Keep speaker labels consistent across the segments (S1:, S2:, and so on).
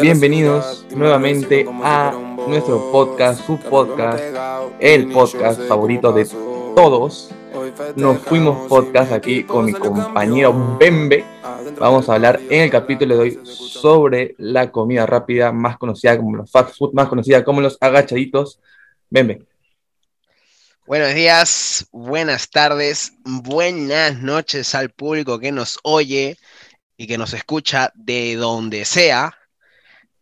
S1: Bienvenidos nuevamente a nuestro podcast, su podcast, el podcast favorito de todos. Nos fuimos podcast aquí con mi compañero Bembe. Vamos a hablar en el capítulo de hoy sobre la comida rápida, más conocida como los fast food, más conocida como los agachaditos. Bembe.
S2: Buenos días, buenas tardes, buenas noches al público que nos oye y que nos escucha de donde sea.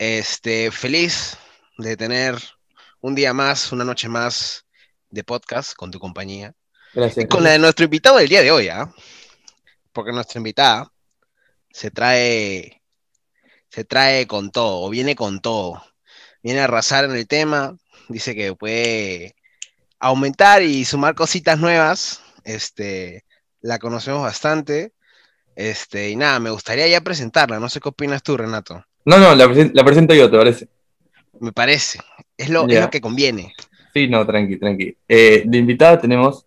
S2: Este, feliz de tener un día más, una noche más de podcast con tu compañía.
S1: Gracias.
S2: Y con la de nuestro invitado del día de hoy, ¿ah? Porque nuestra invitada se trae, se trae con todo, o viene con todo. Viene a arrasar en el tema, dice que puede aumentar y sumar cositas nuevas. Este, la conocemos bastante. Este, y nada, me gustaría ya presentarla. No sé qué opinas tú, Renato.
S1: No, no, la, presen- la presento yo, ¿te parece?
S2: Me parece. Es lo, es
S1: Ya.
S2: lo que conviene.
S1: Sí, no, tranqui, tranqui. Eh, de invitada tenemos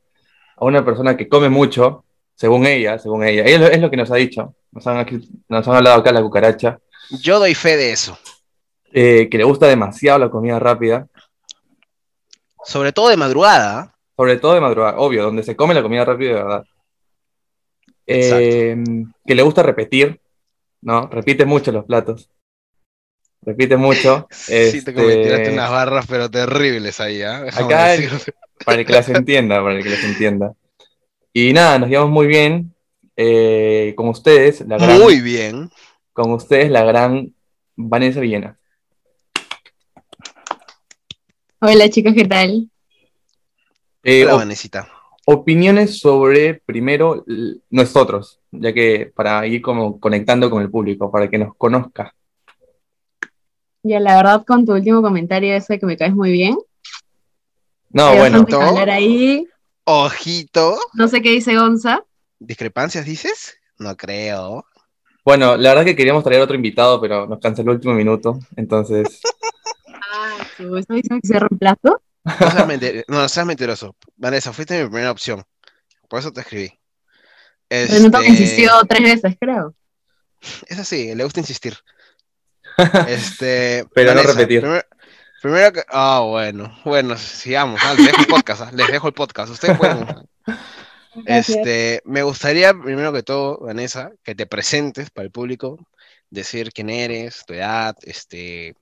S1: a una persona que come mucho, según ella, según ella. Ella es lo- es lo que nos ha dicho. Nos han, escri- nos han hablado acá la cucaracha.
S2: Yo doy fe de eso.
S1: eh, que le gusta demasiado la comida rápida,
S2: Sobre todo de madrugada. ¿ah?
S1: sobre todo de madrugada, obvio, donde se come la comida rápida de verdad. Eh, que le gusta repetir, ¿no? Repite mucho los platos. Repite mucho.
S2: Sí, te
S1: Este,
S2: cometiste unas barras, pero terribles ahí, ¿ah? Déjame
S1: Acá-
S2: decirte.
S1: para que las entienda, para que las entienda. Y nada, nos llevamos muy bien. eh, con ustedes, la gran,
S2: Muy bien.
S1: con ustedes, la gran Vanessa Villena.
S3: Hola chicos, ¿qué tal?
S1: Eh,
S2: Hola,
S1: o-
S2: Vanesita.
S1: opiniones sobre, primero, l- nosotros, ya que para ir como conectando con el público, para que nos conozca.
S3: Ya la verdad con tu último comentario ese que me caes muy bien.
S1: No,
S2: Ah,
S3: Hay
S1: bueno,
S3: bastante que hablar ahí.
S2: Ojito.
S3: No sé qué dice Gonza.
S2: ¿Discrepancias dices? No creo.
S1: bueno, la verdad que queríamos traer otro invitado, pero nos canceló el último minuto, entonces,
S3: Ah, su- ¿está diciendo que se reemplazo?
S2: No seas, menter- no, no seas mentiroso. Vanessa, fuiste mi primera opción. Por eso te escribí. Este,
S3: Renato me insistió tres veces, creo.
S2: Es así, le gusta insistir. Este,
S1: Pero no repetir.
S2: primer- primero que. Ah, bueno. Bueno, sigamos. ah, les dejo el podcast. ah, Les dejo el podcast. Ustedes pueden. Este, me gustaría, primero que todo, Vanessa, que te presentes para el público, decir quién eres, tu edad, este,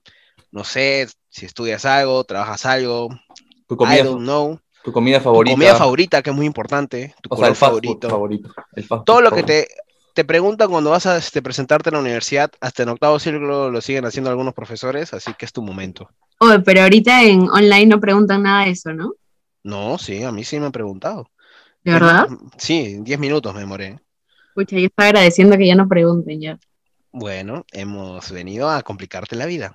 S2: no sé, si estudias algo, trabajas algo,
S1: tu
S2: I
S1: comida,
S2: don't know,
S1: tu comida
S2: tu
S1: favorita.
S2: comida favorita, que es muy importante, tu
S1: o sea,
S2: color
S1: el fast food
S2: favorito,
S1: favorito. el fast food
S2: todo lo que
S1: favorito.
S2: te, te preguntan cuando vas a este, presentarte en la universidad, hasta en octavo círculo lo siguen haciendo algunos profesores, así que es tu momento.
S3: Oye, pero ahorita en online no preguntan nada de eso, ¿no?
S2: No, sí, a mí sí me han preguntado.
S3: ¿De verdad?
S2: Sí, 10 minutos me demoré.
S3: Pucha, yo estaba agradeciendo que ya no pregunten ya.
S2: Bueno, hemos venido a complicarte la vida.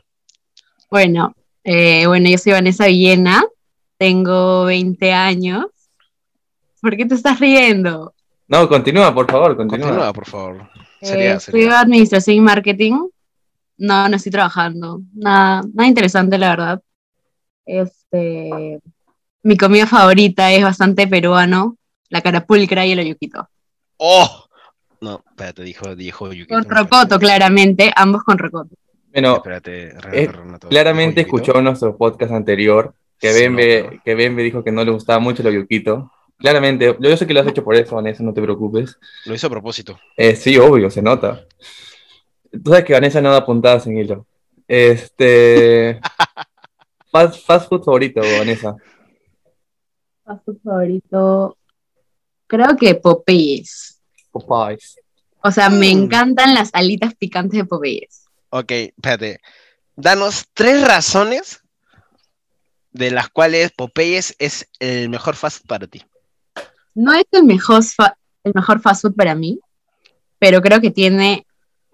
S3: Bueno, eh, bueno, yo soy Vanessa Villena, tengo 20 años. ¿Por qué te estás riendo?
S1: No, continúa, por favor, continúa.
S2: Continúa, por favor.
S3: Eh,
S2: Seriedad,
S3: estudio
S2: seriedad.
S3: administración y marketing. No, no estoy trabajando. Nada, nada interesante, la verdad. Este, mi comida favorita es bastante peruano, la carapulcra y el oyuquito.
S2: ¡Oh! No, espérate, dijo, dijo Yukito.
S3: Con rocoto, claramente, ambos con rocoto.
S1: Bueno,
S2: Espérate, Renato,
S1: Eh,
S2: Renato,
S1: claramente
S2: dijo Yukito.
S1: escuchó nuestro podcast anterior, que
S2: Sí,
S1: Bembe,
S2: no, pero-
S1: que Bembe dijo que no le gustaba mucho el oyuquito. Claramente, yo sé que lo has hecho por eso, Vanessa, no te preocupes.
S2: Lo hizo a propósito.
S1: Eh, sí, obvio, se nota. Tú sabes que Vanessa no da puntadas en hilo. Este. fast, fast food favorito, Vanessa.
S3: Pasto favorito, creo que Popeyes.
S1: Popeyes.
S3: O sea, me
S2: Mm.
S3: encantan las alitas picantes de Popeyes.
S2: Ok, espérate. Danos tres razones de las cuales Popeyes es el mejor fast food para ti.
S3: No es el mejor, fa- el mejor fast food para mí, pero creo que tiene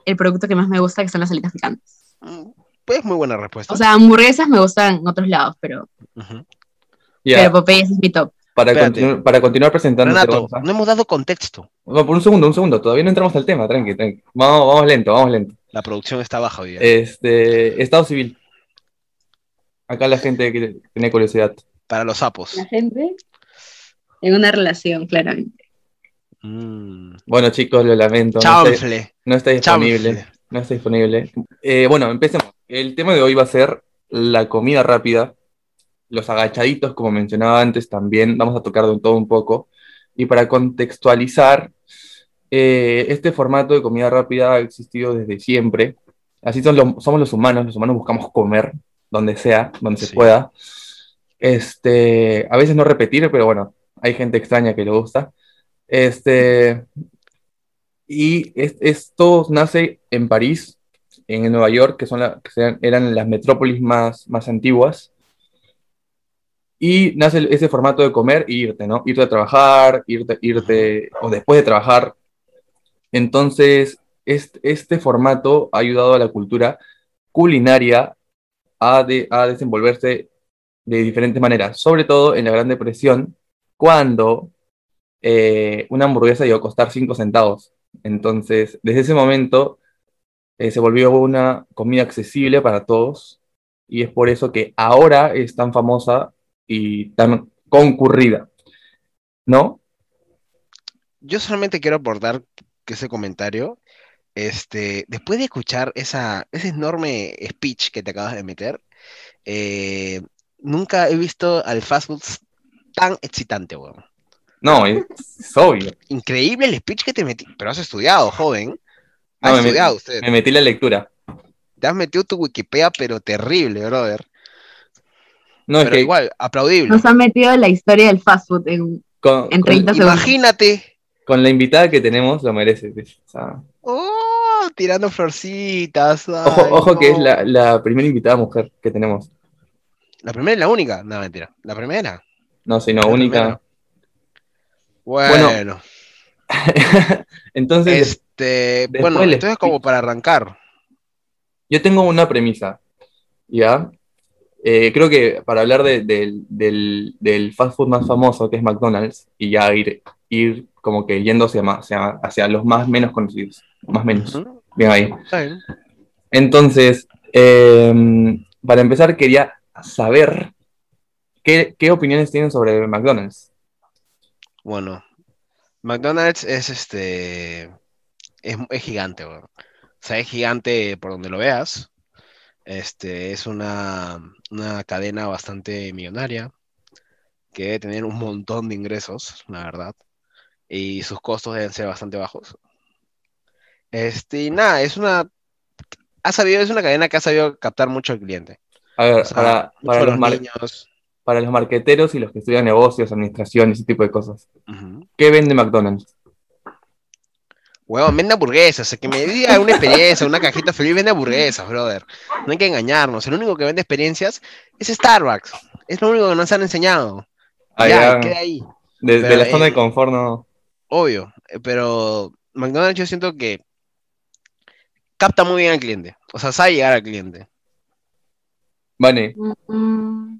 S3: el producto que más me gusta, que son las alitas picantes.
S2: Mm, Pues muy buena respuesta.
S3: O sea, hamburguesas me gustan en otros lados, pero,
S2: Ujú.
S1: Ya,
S3: pero Popeyes es mi top.
S1: para,
S2: espérate.
S1: continuar- para continuar presentando.
S2: Renato, no hemos dado contexto.
S1: por un segundo, un segundo. Todavía no entramos al tema, tranqui, tranqui. Vamos, vamos lento, vamos lento.
S2: La producción está baja hoy ¿eh? día.
S1: Este. Estado civil. Acá la gente que tiene curiosidad.
S2: Para los sapos.
S3: gente en una relación, claramente.
S2: Mm.
S1: Bueno, chicos, lo lamento. No está,
S2: Chanfle,
S1: no está disponible.
S2: chanfle.
S1: No está disponible. Eh, bueno, empecemos. El tema de hoy va a ser la comida rápida, los agachaditos, como mencionaba antes también, vamos a tocar de todo un poco. Y para contextualizar, eh, este formato de comida rápida ha existido desde siempre. Así son lo- somos los humanos, los humanos buscamos comer donde sea, donde se
S2: Sí.
S1: pueda. Este, a veces no repetir, pero bueno, hay gente extraña que le gusta. Este, y es- esto nace en París, en Nueva York, que, son la- que sean- eran las metrópolis más, más antiguas. Y nace el- ese formato de comer e irte, ¿no? Irte a trabajar, irte, irte, o después de trabajar. Entonces, este, este formato ha ayudado a la cultura culinaria a, de- a desenvolverse de diferentes maneras, sobre todo en la Gran Depresión, cuando eh, una hamburguesa llegó a costar 5 centavos. Entonces, desde ese momento eh, se volvió una comida accesible para todos y es por eso que ahora es tan famosa y tan concurrida. ¿No?
S2: Yo solamente quiero aportar que ese comentario, este, después de escuchar esa, ese enorme speech que te acabas de meter, eh, nunca he visto al fast food tan excitante, weón.
S1: No, es, es obvio.
S2: Increíble el speech que te metí, pero has estudiado, joven.
S1: No,
S2: Has
S1: me metí-
S2: estudiado usted.
S1: Me metí en la lectura.
S2: Te has metido tu Wikipedia, pero terrible, brother.
S1: No, es
S2: Pero
S1: que
S2: igual, aplaudible.
S3: Nos han metido en la historia del fast food en,
S1: con,
S3: en
S1: con-
S3: 30 segundos.
S2: Imagínate,
S1: con la invitada que tenemos lo merece. pues, o sea,
S2: oh, tirando florcitas.
S1: ojo
S2: ay,
S1: ojo que es
S2: no.
S1: la, la primera invitada mujer que tenemos.
S2: La primera y la única. No, mentira. La primera.
S1: No, sino
S2: La
S1: única.
S2: Bueno,
S1: Entonces,
S2: este,
S1: después
S2: bueno,
S1: el
S2: entonces como
S1: speech.
S2: para arrancar.
S1: Yo tengo una premisa, ¿ya? Eh, creo que para hablar de- del- del, del fast food más famoso, que es McDonald's, y ya ir, ir como que yendo hacia, más, hacia, hacia los más menos conocidos, más menos,
S2: Ujú,
S1: bien ahí.
S2: está bien.
S1: Entonces, eh, para empezar, quería saber qué, qué opiniones tienen sobre McDonald's.
S2: Bueno, McDonald's es este, es, es gigante, weón. O sea, es gigante por donde lo veas. Este, es una, una cadena bastante millonaria que debe tener un montón de ingresos, la verdad. Y sus costos deben ser bastante bajos. Este, y nada, es una, ha sabido, es una cadena que ha sabido captar mucho al cliente.
S1: A ver,
S2: O sea,
S1: para,
S2: mucho
S1: para
S2: a
S1: los
S2: los
S1: mar-
S2: niños.
S1: para los marqueteros y los que estudian negocios, administración, ese tipo de cosas.
S2: Ujú.
S1: ¿Qué vende McDonald's?
S2: Huevón, vende hamburguesas, o sea, que me diga una experiencia, una cajita feliz, vende hamburguesas, brother. No hay que engañarnos, el único que vende experiencias es Starbucks, es lo único que nos han enseñado.
S1: Allá,
S2: ya, queda ahí,
S1: desde
S2: pero,
S1: la zona
S2: eh,
S1: de confort no...
S2: obvio, eh, pero McDonald's yo siento que capta muy bien al cliente, o sea, sabe llegar al cliente.
S1: Vale,
S3: Mm,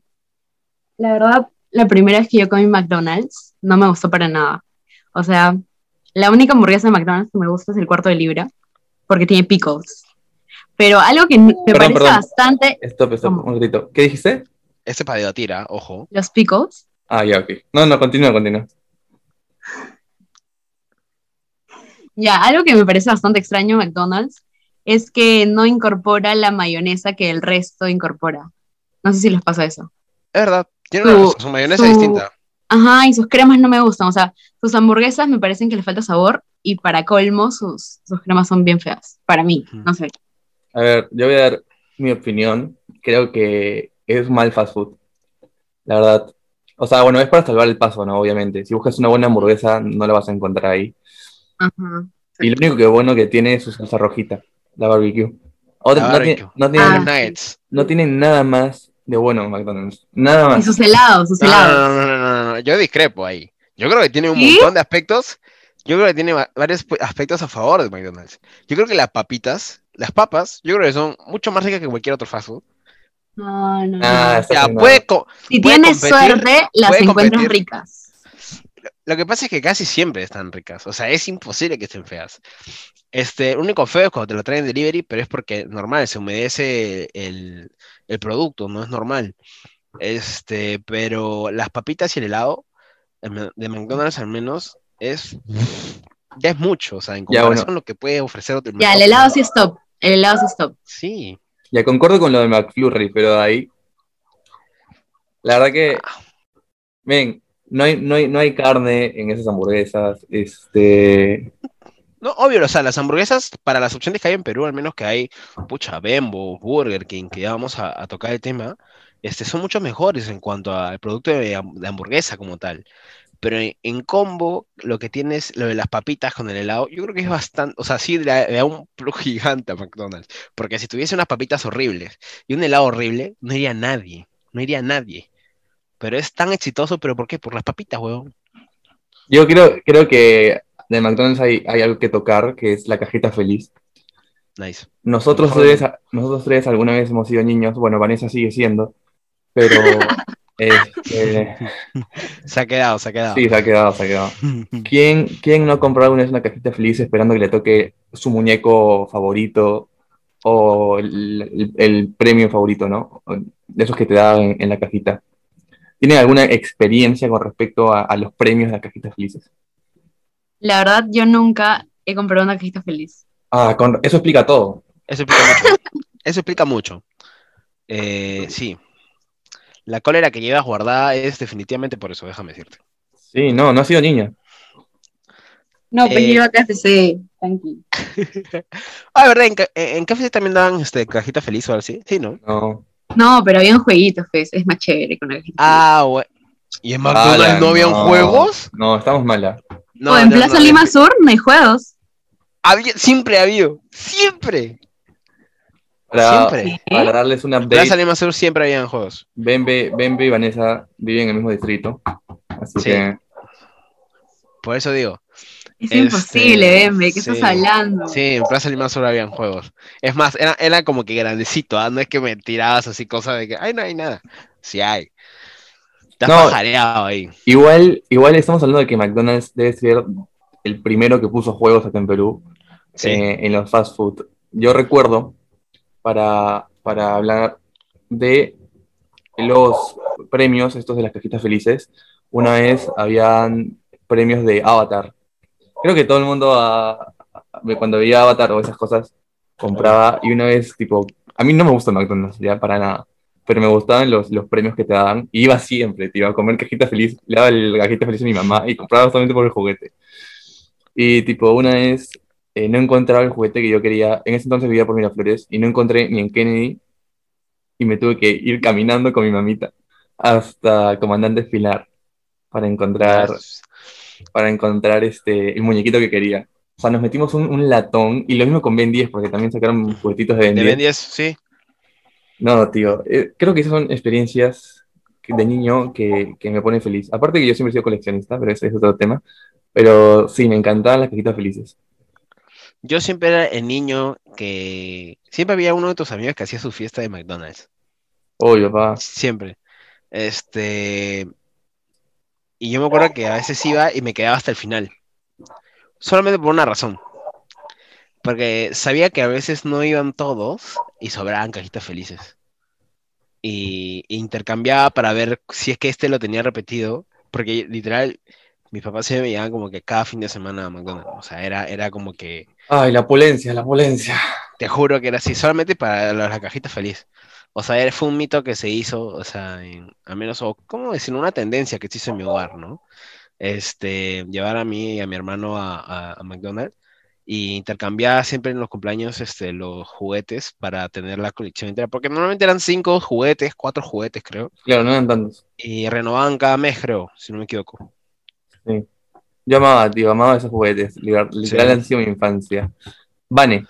S3: La verdad, la primera vez que yo comí McDonald's no me gustó para nada. O sea, la única hamburguesa de McDonald's que me gusta es el cuarto de libra, porque tiene pickles. Pero algo que n- me
S1: Perdón,
S3: parece
S1: perdón.
S3: bastante,
S1: Stop, stop,
S3: ¿Cómo?
S1: un ratito. ¿Qué dijiste?
S2: Ese Este para tira, ojo.
S3: los pickles,
S1: Ah, ya, ok. No, no, continúa, continúa.
S3: ya, algo que me parece bastante extraño de McDonald's es que no incorpora la mayonesa que el resto incorpora. No sé si les pasa eso.
S2: Es verdad, tiene una
S3: Su-
S2: razón, su mayonesa
S3: su-
S2: es distinta.
S3: Ajá, y sus cremas no me gustan. O sea, sus hamburguesas me parecen que les falta sabor y para colmo sus, sus cremas son bien feas. Para mí,
S2: Ujú.
S3: no sé.
S1: A ver, yo voy a dar mi opinión. Creo que es mal fast food. La verdad. O sea, bueno, es para salvar el paso, ¿no? Obviamente. Si buscas una buena hamburguesa, no la vas a encontrar ahí.
S3: Ajá.
S1: Y lo único que bueno que tiene es su salsa rojita, la barbecue. Otra,
S2: La
S1: no, tiene,
S2: barbecue.
S1: no, tiene,
S3: Ah.
S2: Nuggets.
S1: no tiene nada más de bueno McDonald's. Nada
S3: Y
S2: Ah.
S1: más.
S3: sus helados, sus
S2: No,
S3: helados.
S2: no, no, no, no, no, no, yo discrepo ahí. Yo creo que tiene un
S3: ¿Sí?
S2: montón de aspectos. Yo creo que tiene va- varios pu- aspectos a favor de McDonald's. Yo creo que las papitas, las papas, yo creo que son mucho más ricas que cualquier otro fast food.
S3: No, no, no.
S1: Ah, está
S2: Ya, pues,
S1: bien,
S2: puede co-
S3: si
S2: puede
S3: tienes
S2: competir,
S3: suerte, las
S2: puede
S3: encuentras
S2: competir.
S3: ricas.
S2: Lo que pasa es que casi siempre están ricas. O sea, es imposible que estén feas. Este, lo único feo es cuando te lo traen delivery, pero es porque normal, se humedece el, el producto, no es normal. Este, pero las papitas y el helado el me- de McDonald's al menos es ya es mucho, o sea, en
S1: Ya,
S2: comparación
S1: bueno.
S2: a lo que puede ofrecer otro
S3: Ya, el helado sí es top. El helado es stop.
S2: Sí.
S1: Ya concuerdo con lo de McFlurry, pero de ahí. La verdad que. Ven, no hay, no, hay, no hay carne en esas hamburguesas. Este.
S2: No, obvio, o sea, las hamburguesas, para las opciones que hay en Perú, al menos que hay, pucha, Bembo, Burger King, que ya vamos a, a tocar el tema, este, son mucho mejores en cuanto al producto de, ham- de hamburguesa como tal. Pero en, en combo, lo que tienes, lo de las papitas con el helado, yo creo que es bastante, o sea, sí le da- le da un plus gigante a McDonald's. Porque si tuviese unas papitas horribles y un helado horrible, no iría nadie, no iría nadie. Pero es tan exitoso, ¿pero por qué? Por las papitas, huevón.
S1: Yo creo, creo que de McDonald's hay, hay algo que tocar, que es la cajita feliz.
S2: Nice.
S1: Nosotros
S2: Mejor
S1: tres, nosotros tres alguna vez hemos sido niños, bueno, Vanessa sigue siendo, pero este,
S2: Se ha quedado, se ha quedado.
S1: sí, se ha quedado, se ha quedado. ¿Quién, quién no ha comprado alguna vez una cajita feliz esperando que le toque su muñeco favorito o el, el- el premio favorito, ¿no? O De esos que te dan en, en la cajita. ¿Tienen alguna experiencia con respecto a, a los premios de las cajitas felices?
S3: La verdad, yo nunca he comprado una cajita feliz.
S1: Ah, con, eso explica todo.
S2: Eso explica mucho. Eso explica mucho. Eh, sí. La cólera que llevas guardada es definitivamente por eso, déjame decirte.
S1: Sí, no, no ha sido niña.
S3: No, pues
S2: Eh.
S3: yo iba a KFC, tranqui.
S2: Ah, ¿verdad? En, ca- en en KFC también dan este, cajita feliz o algo así. Sí, ¿no?
S1: No.
S3: No, pero había un jueguito, pues, es más chévere con la cajita feliz.
S2: Ah, güey. ¿Y en McDonald's
S1: Ala,
S2: no habían juegos?
S1: No, estamos mala.
S2: No,
S3: o en
S2: no,
S3: Plaza
S2: no había.
S3: Lima Sur no hay juegos.
S2: Había- siempre ha habido. Siempre.
S1: Para,
S2: Siempre.
S3: Eh,
S1: para darles un
S2: Plaza
S1: update,
S2: Lima Sur siempre habían juegos.
S1: Bembe, Bembe y Vanessa viven en el mismo distrito. Así
S2: Sí.
S1: que
S2: Por eso digo.
S3: Es
S2: Este,
S3: imposible, Bembe, ¿qué
S2: sí.
S3: estás hablando?
S2: Sí, en Plaza Lima Sur habían juegos. Es más, era, era como que grandecito, ¿ah? No es que me tirabas así cosas de que, ay, no hay nada. Sí hay. Estás
S1: No.
S2: pajareado ahí.
S1: Igual, igual estamos hablando de que McDonald's debe ser el primero que puso juegos acá en Perú
S2: Sí.
S1: eh, en los fast food. Yo recuerdo, para, para hablar de los premios, estos de las cajitas felices, una vez habían premios de Avatar. Creo que todo el mundo ah, cuando veía Avatar o esas cosas compraba y una vez, tipo, a mí no me gusta McDonald's, ya para nada pero me gustaban los, los premios que te daban. Y iba siempre, te iba a comer cajita feliz, le daba la cajita feliz a mi mamá y compraba solamente por el juguete. Y tipo, una vez eh, no encontraba el juguete que yo quería, en ese entonces vivía por Miraflores y no encontré ni en Kennedy y me tuve que ir caminando con mi mamita hasta Comandante Pilar para encontrar, para encontrar este, el muñequito que quería. O sea, nos metimos un, un latón y lo mismo con Ben 10 porque también sacaron juguetitos de Ben
S2: De
S1: 10.
S2: Ben 10, sí.
S1: No, tío, eh, creo que esas son experiencias que- de niño que, que me ponen feliz. Aparte que yo siempre he sido coleccionista, pero ese es otro tema. Pero sí, me encantaban las cajitas felices.
S2: Yo siempre era el niño que. Siempre había uno de tus amigos que hacía su fiesta de McDonald's.
S1: Obvio, papá.
S2: Siempre. Este. Y yo me acuerdo que a veces iba y me quedaba hasta el final. Solamente por una razón. Porque sabía que a veces no iban todos y sobraban cajitas felices. Y y intercambiaba para ver si es que este lo tenía repetido. Porque literal, mis papás siempre me llevaban como que cada fin de semana a McDonald's. O sea, era, era como que.
S1: Ay, la polencia, la polencia.
S2: Te juro que era así, solamente para la, la cajita feliz. O sea, era- fue un mito que se hizo, o sea, en- al menos, o cómo decir, una tendencia que se hizo en mi hogar, ¿no? Este, llevar a mí y a mi hermano a, a- a McDonald's y intercambiar siempre en los cumpleaños este, los juguetes para tener la colección entera, porque normalmente eran cinco juguetes, cuatro juguetes, creo,
S1: Claro, no eran tantos.
S2: y renovaban cada mes, creo, si no me equivoco.
S1: Yo amaba, tío, amaba esos juguetes. Literal, literal han sido mi infancia. Vane,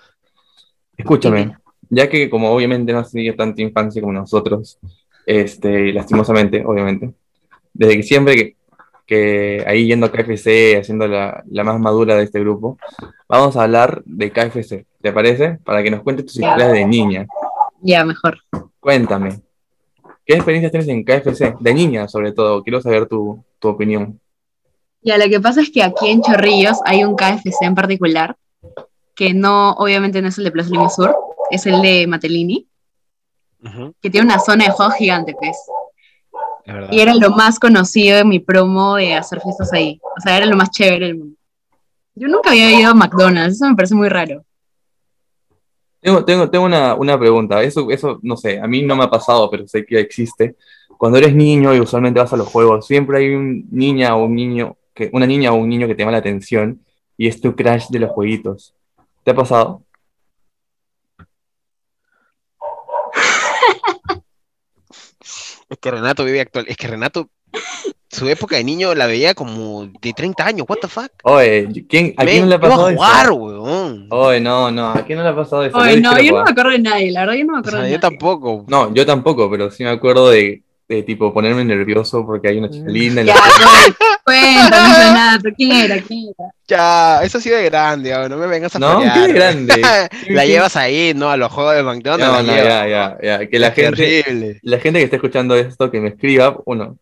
S1: escúchame.
S3: Dime.
S1: Ya que como obviamente no has tenido tanta infancia como nosotros, este, lastimosamente, obviamente, desde que siempre que, que ahí yendo a KFC, haciendo la, la más madura de este grupo, vamos a hablar de KFC, ¿te parece? Para que nos cuentes tus
S3: Claro.
S1: historias de niña.
S3: Ya, mejor.
S1: Cuéntame, ¿qué experiencias tienes en KFC? De niña, sobre todo, quiero saber tu, tu opinión.
S3: Ya, lo que pasa es que aquí en Chorrillos hay un KFC en particular, que no, obviamente no es el de Plaza Lima Sur, es el de Matelini,
S2: Ujú,
S3: que tiene una zona de juegos gigante, pues.
S2: es verdad.
S3: Y era lo más conocido en mi promo de hacer fiestas ahí. O sea, era lo más chévere del mundo. Yo nunca había ido a McDonald's, eso me parece muy raro.
S1: Tengo, tengo, tengo una, una pregunta. Eso, eso, no sé, a mí no me ha pasado, pero sé que existe. Cuando eres niño y usualmente vas a los juegos, siempre hay un niña o un niño que, una niña o un niño que te llama la atención y es tu crush de los jueguitos. ¿Te ha pasado?
S2: Es que Renato vive actual. Es que Renato, su época de niño la veía como de 30 años. ¿What the fuck?
S1: Oye, ¿quién, ¿a quién
S2: Men,
S1: no le ha
S2: iba
S1: pasado
S2: a jugar,
S1: eso?
S2: weón.
S1: Oye, no, no, ¿a quién no le ha pasado eso?
S3: Oye, no, yo
S1: discrepo,
S3: no
S1: ¿ah?
S3: me acuerdo de nadie, la verdad yo no me
S2: O
S3: acuerdo
S2: sea,
S3: de
S2: yo
S3: nadie.
S2: tampoco.
S1: No, yo tampoco, pero sí me acuerdo de, de, tipo ponerme nervioso porque hay una chica linda en
S3: Ya,
S1: la-
S3: pues, cuéntanos, Renato, ¿quién era? ¿Quién era?
S2: Ya, eso sí de grande, weón, no me vengas a
S1: No,
S2: fallar.
S1: qué de grande.
S2: La llevas ahí, ¿no? A los juegos de McDonald's.
S1: No,
S2: la
S1: no,
S2: llevas.
S1: ya, ya, ya. Que la
S2: Qué
S1: gente,
S2: terrible.
S1: la gente que está escuchando esto, que me escriba, uno,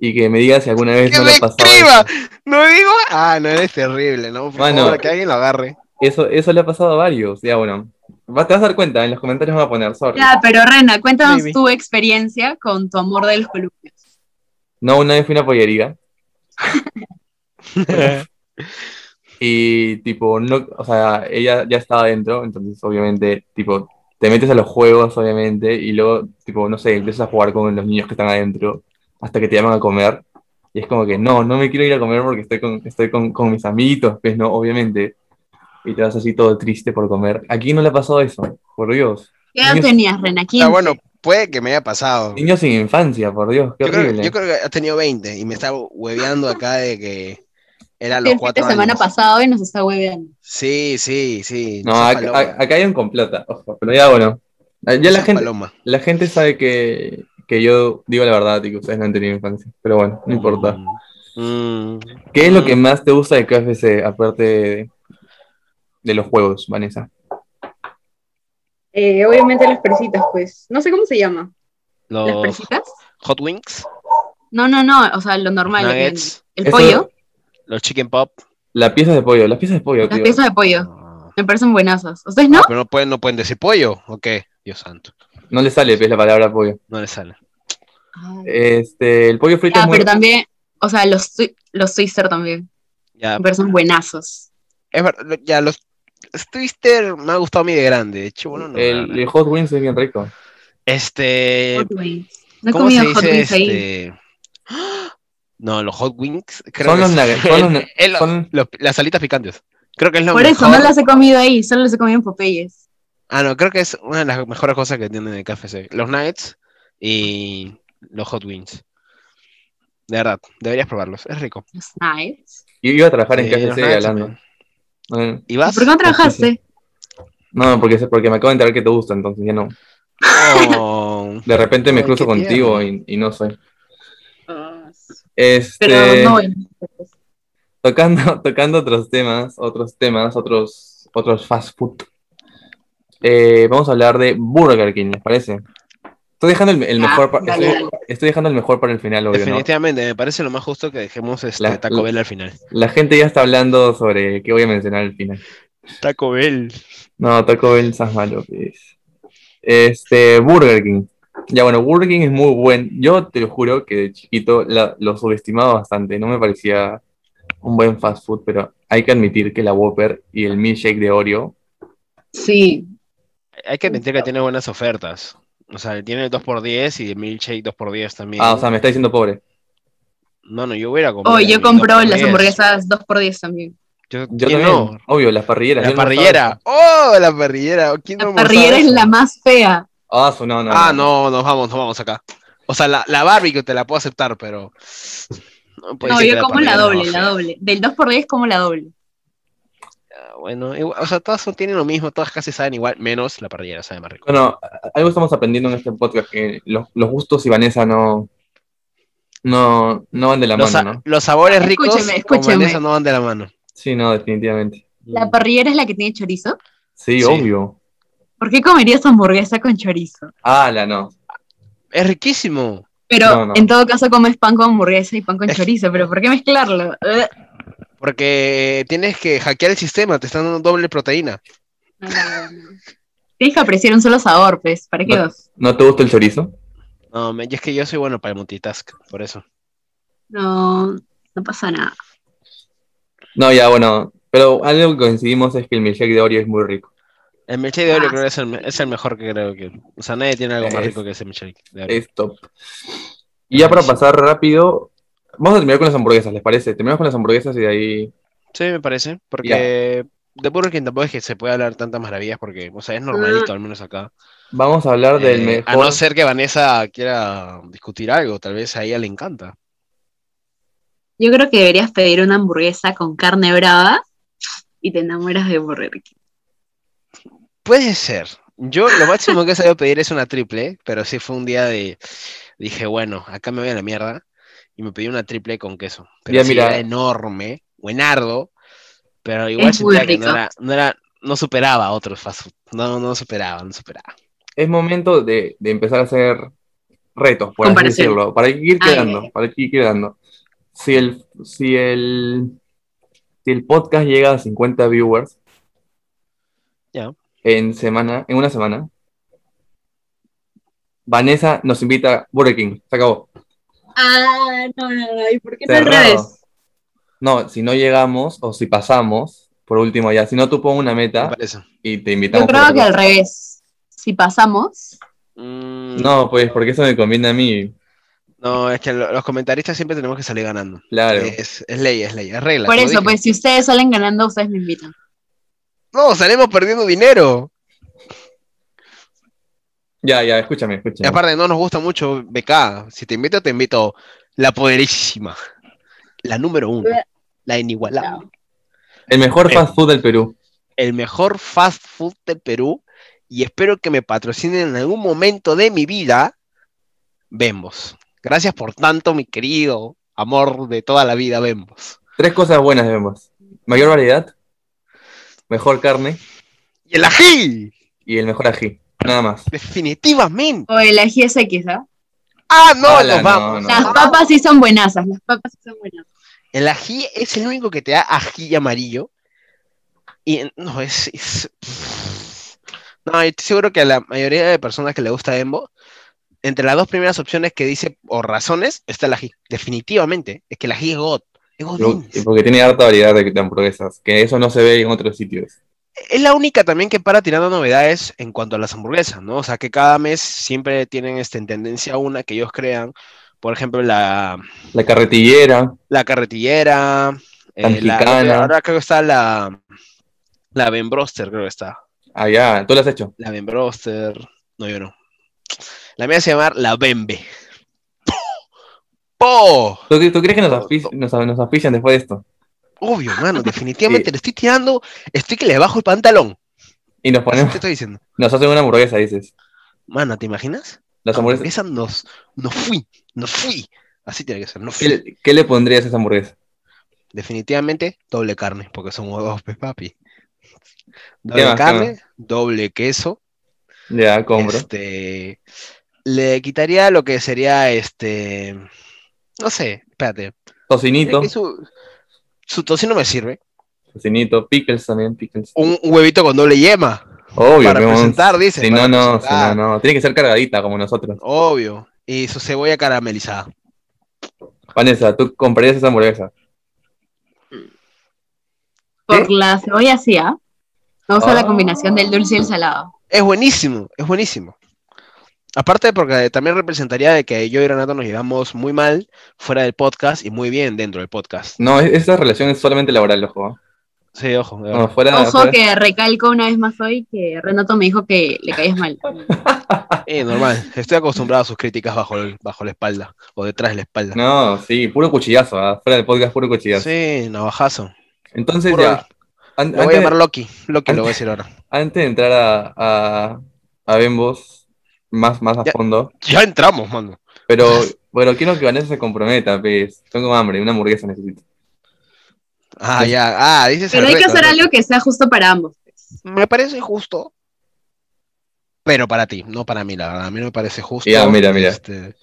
S1: y que me diga si alguna vez
S2: ¡Que
S1: no le
S2: me
S1: ha pasado
S2: escriba!
S1: eso.
S2: No digo. Ah, no, eres terrible, ¿no? Por
S1: Mano.
S2: favor, que alguien lo agarre.
S1: eso. Eso le ha pasado a varios, ya, bueno. Va- te vas a dar cuenta, en los comentarios me voy a poner, sorry.
S3: Ya, pero Rena, cuéntanos
S2: Maybe.
S3: tu experiencia con tu amor de los columpios.
S1: No, una vez fui a una pollería y, tipo, no, o sea, ella ya estaba dentro, entonces, obviamente, tipo, te metes a los juegos, obviamente, y luego, tipo, no sé, empiezas a jugar con los niños que están adentro hasta que te llaman a comer. Y es como que, no, no me quiero ir a comer porque estoy con, estoy con, con mis amiguitos, pues, no, obviamente. Y te vas así todo triste por comer. Aquí no le ha pasado eso, por Dios.
S3: ¿Qué edad
S1: Niños-
S3: tenías, Rena? ¿Quién?
S2: Ah, bueno, puede que me haya pasado.
S1: Niños sin infancia, por Dios, qué
S2: Yo creo,
S1: horrible.
S2: yo creo que has tenido 20 y me estaba hueveando acá de que era los
S3: el fin de
S2: cuatro
S3: semana
S2: años.
S3: pasado y nos está hueveando.
S2: Sí, sí, sí.
S1: No,
S2: seas
S1: acá,
S2: paloma,
S1: a- acá hay un complota, ojo, pero ya bueno. Ya
S2: no
S1: la
S2: seas
S1: gente,
S2: paloma.
S1: la gente sabe que, que yo digo la verdad y que ustedes no han tenido infancia, pero bueno, no importa.
S2: Mm, mm.
S1: ¿Qué es lo que más te gusta de KFC, aparte de, de los juegos, Vanessa?
S3: Eh, obviamente las persitas, pues. No sé cómo se llama. ¿Las
S2: Los
S3: persitas?
S2: Hot Wings,
S3: No, no, no, o sea, lo normal. lo que
S2: Nuggets,
S3: venden. El
S1: Eso-
S3: pollo,
S2: los Chicken Pop.
S1: Las piezas de pollo, las piezas de pollo,
S3: las
S1: tío.
S3: piezas de pollo.
S2: Ah,
S3: Me parecen buenazas. ¿Ustedes no?
S2: pero no pueden, no pueden decir pollo, ¿o qué? Dios santo,
S1: No le sale, pues, la palabra pollo.
S2: no les sale.
S3: Ay.
S2: Eh,
S1: Este, el pollo frito
S3: Ah,
S1: es muy...
S3: pero también, o sea, los, twi- los Twister también.
S2: Ya,
S3: Me parecen buenazos.
S2: es verdad, lo- ya los, los Twister me ha gustado a mí de grande, de hecho, bueno, no,
S1: el,
S2: nada.
S1: el Hot Wings es bien rico.
S2: Este,
S3: Hot Wings. No he
S2: ¿cómo se
S3: comido Hot
S2: dice
S3: Wings ahí.
S2: este? ¡Ah! No, los Hot Wings, creo
S1: Son
S2: que
S1: los
S2: es-
S1: nuggets, son los nu-
S2: es lo-
S1: son-
S2: lo- las salitas picantes. Creo que es lo
S3: Por eso,
S2: mejor.
S3: no las he comido ahí, solo las he comido en Popeyes.
S2: Ah, no, creo que es una de las mejores cosas que tienen en el KFC. Los nuggets y los hot wings. De verdad, deberías probarlos. Es rico.
S3: Los Nights.
S1: Yo iba a trabajar en
S2: Sí, los
S1: KFC
S2: nuggets,
S1: hablando.
S2: man.
S1: No,
S2: ¿Y
S3: ¿Por
S2: vas?
S3: qué no trabajaste?
S1: No, porque, porque me acabo de enterar que te gusta, entonces ya no.
S2: No.
S1: De repente me
S2: Ay,
S1: cruzo
S2: qué
S1: contigo y, y no soy.
S3: Pero
S1: Este,
S3: no, bueno.
S1: tocando, tocando otros temas, otros temas, otros, otros fast food. Eh, vamos a hablar de Burger King, ¿les parece? Estoy dejando el, el
S3: Ah,
S1: mejor pa-
S3: dale,
S1: estoy, estoy dejando el mejor para el final, obvio, ¿no?
S2: Definitivamente, me parece lo más justo que dejemos este
S1: La-
S2: Taco Bell al final.
S1: La gente ya está hablando sobre qué voy a mencionar al final.
S2: Taco Bell.
S1: No, Taco Bell estás malo, pues. Este, Burger King. Ya bueno, Burger King es muy buen. Yo te lo juro que de chiquito la- lo subestimaba bastante. No me parecía un buen fast food, pero hay que admitir que la Whopper y el milkshake de Oreo.
S3: Sí,
S2: Hay que admitir que tiene buenas ofertas. O sea, tiene el 2x10 y el milkshake 2x10 también.
S1: Ah, o sea, me está diciendo pobre.
S2: no, no, yo hubiera comprado.
S3: Oh,
S2: el
S3: yo compro las
S2: 2x10.
S3: hamburguesas 2x10 también.
S2: Yo,
S1: Yo también.
S2: ¿quién no?
S1: Obvio, las parrilleras.
S2: La
S1: yo no almorzaba
S2: parrillera.
S1: eso.
S2: ¡Oh, la parrillera! ¿Quién no
S3: La
S2: almorzaba
S3: parrillera es
S2: eso?
S3: la más fea.
S1: Ah, su- no, no.
S2: Ah, no, nos vamos, nos vamos acá. O sea, la, la barbecue te la puedo aceptar, pero. No, puede
S3: no,
S2: ser que
S3: yo como la
S2: parrillera
S3: doble,
S2: no,
S3: la
S2: fea.
S3: doble. Del 2x10 como la doble.
S2: Ah, Bueno, igual- o sea, todas son- tienen lo mismo, todas casi saben igual, menos la parrillera, sabe más rico.
S1: Bueno, algo estamos aprendiendo en este podcast que los, los gustos y Vanessa no, no, no van de la
S2: Los, sa-
S1: mano, ¿no?
S2: los sabores ricos
S3: Ah, Escúcheme,
S2: con
S3: escúcheme.
S2: mayonesa no van de la mano.
S1: Sí, no, definitivamente.
S3: La parrillera es la que tiene chorizo.
S1: Sí,
S2: Sí.
S1: obvio.
S3: ¿Por qué comerías hamburguesa con chorizo?
S1: Ah, la no.
S2: Es riquísimo.
S3: Pero
S1: No, no.
S3: en todo caso comes pan con hamburguesa y pan con
S2: Es-
S3: chorizo, pero ¿por qué mezclarlo? Eh,
S2: Porque eh, tienes que hackear el sistema, te están dando doble proteína.
S3: no, no, no. Tienes que apreciar un solo sabor, pues, ¿para qué
S1: No.
S3: dos?
S1: ¿No te gusta el chorizo?
S2: No, me- y es que yo soy bueno para el multitask, por eso.
S3: No, no pasa nada.
S1: No, ya, bueno. Pero algo que coincidimos es que el milkshake de Oreo es muy rico.
S2: El Michel de
S3: Ah,
S2: Oro creo que es el, es el mejor que creo que. O sea, nadie tiene algo
S1: Es-
S2: más
S1: Eh,
S2: rico que ese Michel de Oro.
S1: Es top. Y ya para pasar rápido, vamos a terminar con las hamburguesas, ¿les parece? Terminamos con las hamburguesas y de ahí.
S2: Sí, me parece. Porque de Burger King tampoco es que se pueda hablar tantas maravillas porque, o sea, es
S3: Mm.
S2: normalito, al menos acá.
S1: Vamos a hablar del
S2: Eh,
S1: mejor.
S2: A no ser que Vanessa quiera discutir algo, tal vez a ella le encanta.
S3: Yo creo que deberías pedir una hamburguesa con carne brava y te enamoras de Burger King.
S2: Puede ser. Yo lo máximo que he sabido pedir es una triple, pero sí fue un día de. Dije, bueno, acá me voy a la mierda. Y me pedí una triple con queso. Pero
S1: Ya,
S2: sí,
S1: mira.
S2: era enorme, buenardo. Pero igual
S3: Es muy
S2: sentía que no
S3: rico.
S2: era, no era, no superaba a otros fast food. No, no superaba, no superaba.
S1: Es momento de, de empezar a hacer retos, por así
S3: Comparación.
S1: decirlo, para ir
S3: Ay,
S1: quedando,
S3: ay, ay.
S1: para ir quedando. Si el, si el, si el podcast llega a 50 viewers
S2: Ya.
S1: en semana, en una semana, Vanessa nos invita a Burger King, se acabó.
S3: Ah, no, no, no. ¿Y por qué no al
S1: Cerrado.
S3: revés?
S1: No, si no llegamos o si pasamos, por último ya, si no tú pon una
S2: Me
S1: meta
S2: parece.
S1: y te
S3: Yo
S1: invitamos.
S3: creo
S1: por
S3: que al
S1: otro
S3: revés. Si pasamos,
S2: Mm,
S1: lado. No, pues porque eso me conviene a mí,
S2: no, es que lo- los comentaristas siempre tenemos que salir ganando.
S1: claro.
S3: Eh,
S2: Es, es ley, es ley, es regla.
S3: por
S2: te lo
S3: eso,
S2: dije.
S3: pues si ustedes salen ganando, ustedes me invitan.
S2: No, salimos perdiendo dinero.
S1: Ya, ya, escúchame,
S2: Y
S1: escúchame.
S2: aparte, no nos gusta mucho BK. Si te invito, te invito la poderísima. La número uno. La inigualable.
S1: El mejor
S2: Eh.
S1: fast food del Perú.
S2: El mejor fast food del Perú. Y espero que me patrocinen en algún momento de mi vida. Bembos. Gracias por tanto, mi querido amor de toda la vida, Bembos.
S1: Tres cosas buenas vemos. Mayor variedad, mejor carne
S2: ¡Y el ají!
S1: y el mejor ají. Nada más.
S2: Definitivamente.
S3: O el ají X, ¿ah?
S2: ¡Ah, no!
S1: Ala,
S2: nos
S1: no,
S2: vamos.
S1: no.
S3: Las papas sí son buenasas, las papas sí son buenasas.
S2: El ají es el único que te da ají amarillo. Y en- no, es. es- No, yo estoy seguro que a la mayoría de personas que le gusta Embo, entre las dos primeras opciones que dice o razones, está el ají. Definitivamente. Es que el ají es God. Es God
S1: Lo-
S2: Beans.
S1: Porque tiene harta variedad de de hamburguesas, que eso no se ve en otros sitios.
S2: Es la única también que para tirando novedades en cuanto a las hamburguesas, ¿no? O sea, que cada mes siempre tienen este, en tendencia una que ellos crean. Por ejemplo, la,
S1: La carretillera,
S2: la carretillera. eh, la-
S1: Anglicana.
S2: ahora creo que está la. La Ben Broster, creo que está.
S1: allá, tú lo has hecho.
S2: La Ben Broster. No, yo no. La mía se llama La Bembe. ¡Po!
S1: ¿Tú, tú crees que nos, afic- nos, nos auspician después de esto?
S2: Obvio, mano. Definitivamente
S1: Sí.
S2: le estoy tirando. Estoy que le bajo el pantalón.
S1: Y nos
S2: Así
S1: ponemos,
S2: te estoy diciendo.
S1: nos hacen una hamburguesa, dices.
S2: Mano, ¿te imaginas?
S1: Las hamburguesas.
S2: Esa nos, nos fui. Nos fui. Así tiene que ser. No
S1: ¿Qué,
S2: fui.
S1: le- qué le pondrías a esa hamburguesa?
S2: Definitivamente doble carne. Porque son huevos, pues, papi.
S1: ¿Qué
S2: Doble
S1: más, qué
S2: carne, doble queso.
S1: Ya, compro.
S2: Este, le quitaría lo que sería este. No sé, espérate.
S1: Tocinito,
S2: Aquí su, su tocino me sirve.
S1: tocinito, pickles también, pickles.
S2: Un huevito con doble yema.
S1: Obvio,
S2: para
S1: que vamos-
S2: presentar, dice.
S1: Si no,
S2: para
S1: no, si
S2: presentar.
S1: no, no. Tiene que ser cargadita como nosotros.
S2: Obvio. Y su cebolla caramelizada.
S1: Vanessa, ¿tú comprarías esa hamburguesa?
S3: Por la cebolla sí, ¿ah? Me gusta
S1: Ah.
S3: la combinación del dulce y el salado.
S2: Es buenísimo, es buenísimo. Aparte porque también representaría de que yo y Renato nos llevamos muy mal fuera del podcast y muy bien dentro del podcast.
S1: No, es- esa relación es solamente laboral, ojo. ¿eh?
S2: Sí, ojo. de
S1: No,
S2: verdad.
S1: fuera,
S3: Ojo
S1: fuera-
S3: que recalco una vez más hoy que Renato me dijo que le caías mal.
S2: Eh, normal. Estoy acostumbrado a sus críticas bajo, el- bajo la espalda o detrás de la espalda.
S1: No, sí, puro cuchillazo, ¿ah? fuera del podcast, puro cuchillazo.
S2: Sí, navajazo.
S1: Entonces
S2: Puro-
S1: ya, an-
S2: Lo voy a
S1: antes,
S2: llamar Loki. Loki lo voy a
S1: antes-
S2: decir ahora.
S1: antes de entrar a, a, a Bembos más, más a
S2: Ya.
S1: fondo,
S2: Ya entramos, mano.
S1: pero, pero quiero que Vanessa se comprometa, pues. Tengo hambre, una hamburguesa necesito.
S2: Ah, ya. Ah, dices
S3: Pero
S2: al
S3: hay que
S2: reto,
S3: hacer
S2: al reto.
S3: algo que sea justo para ambos. pues.
S2: Me parece justo. Pero para ti, no para mí, la verdad. A mí no me parece justo.
S1: Ya, mira, mira.
S2: Este,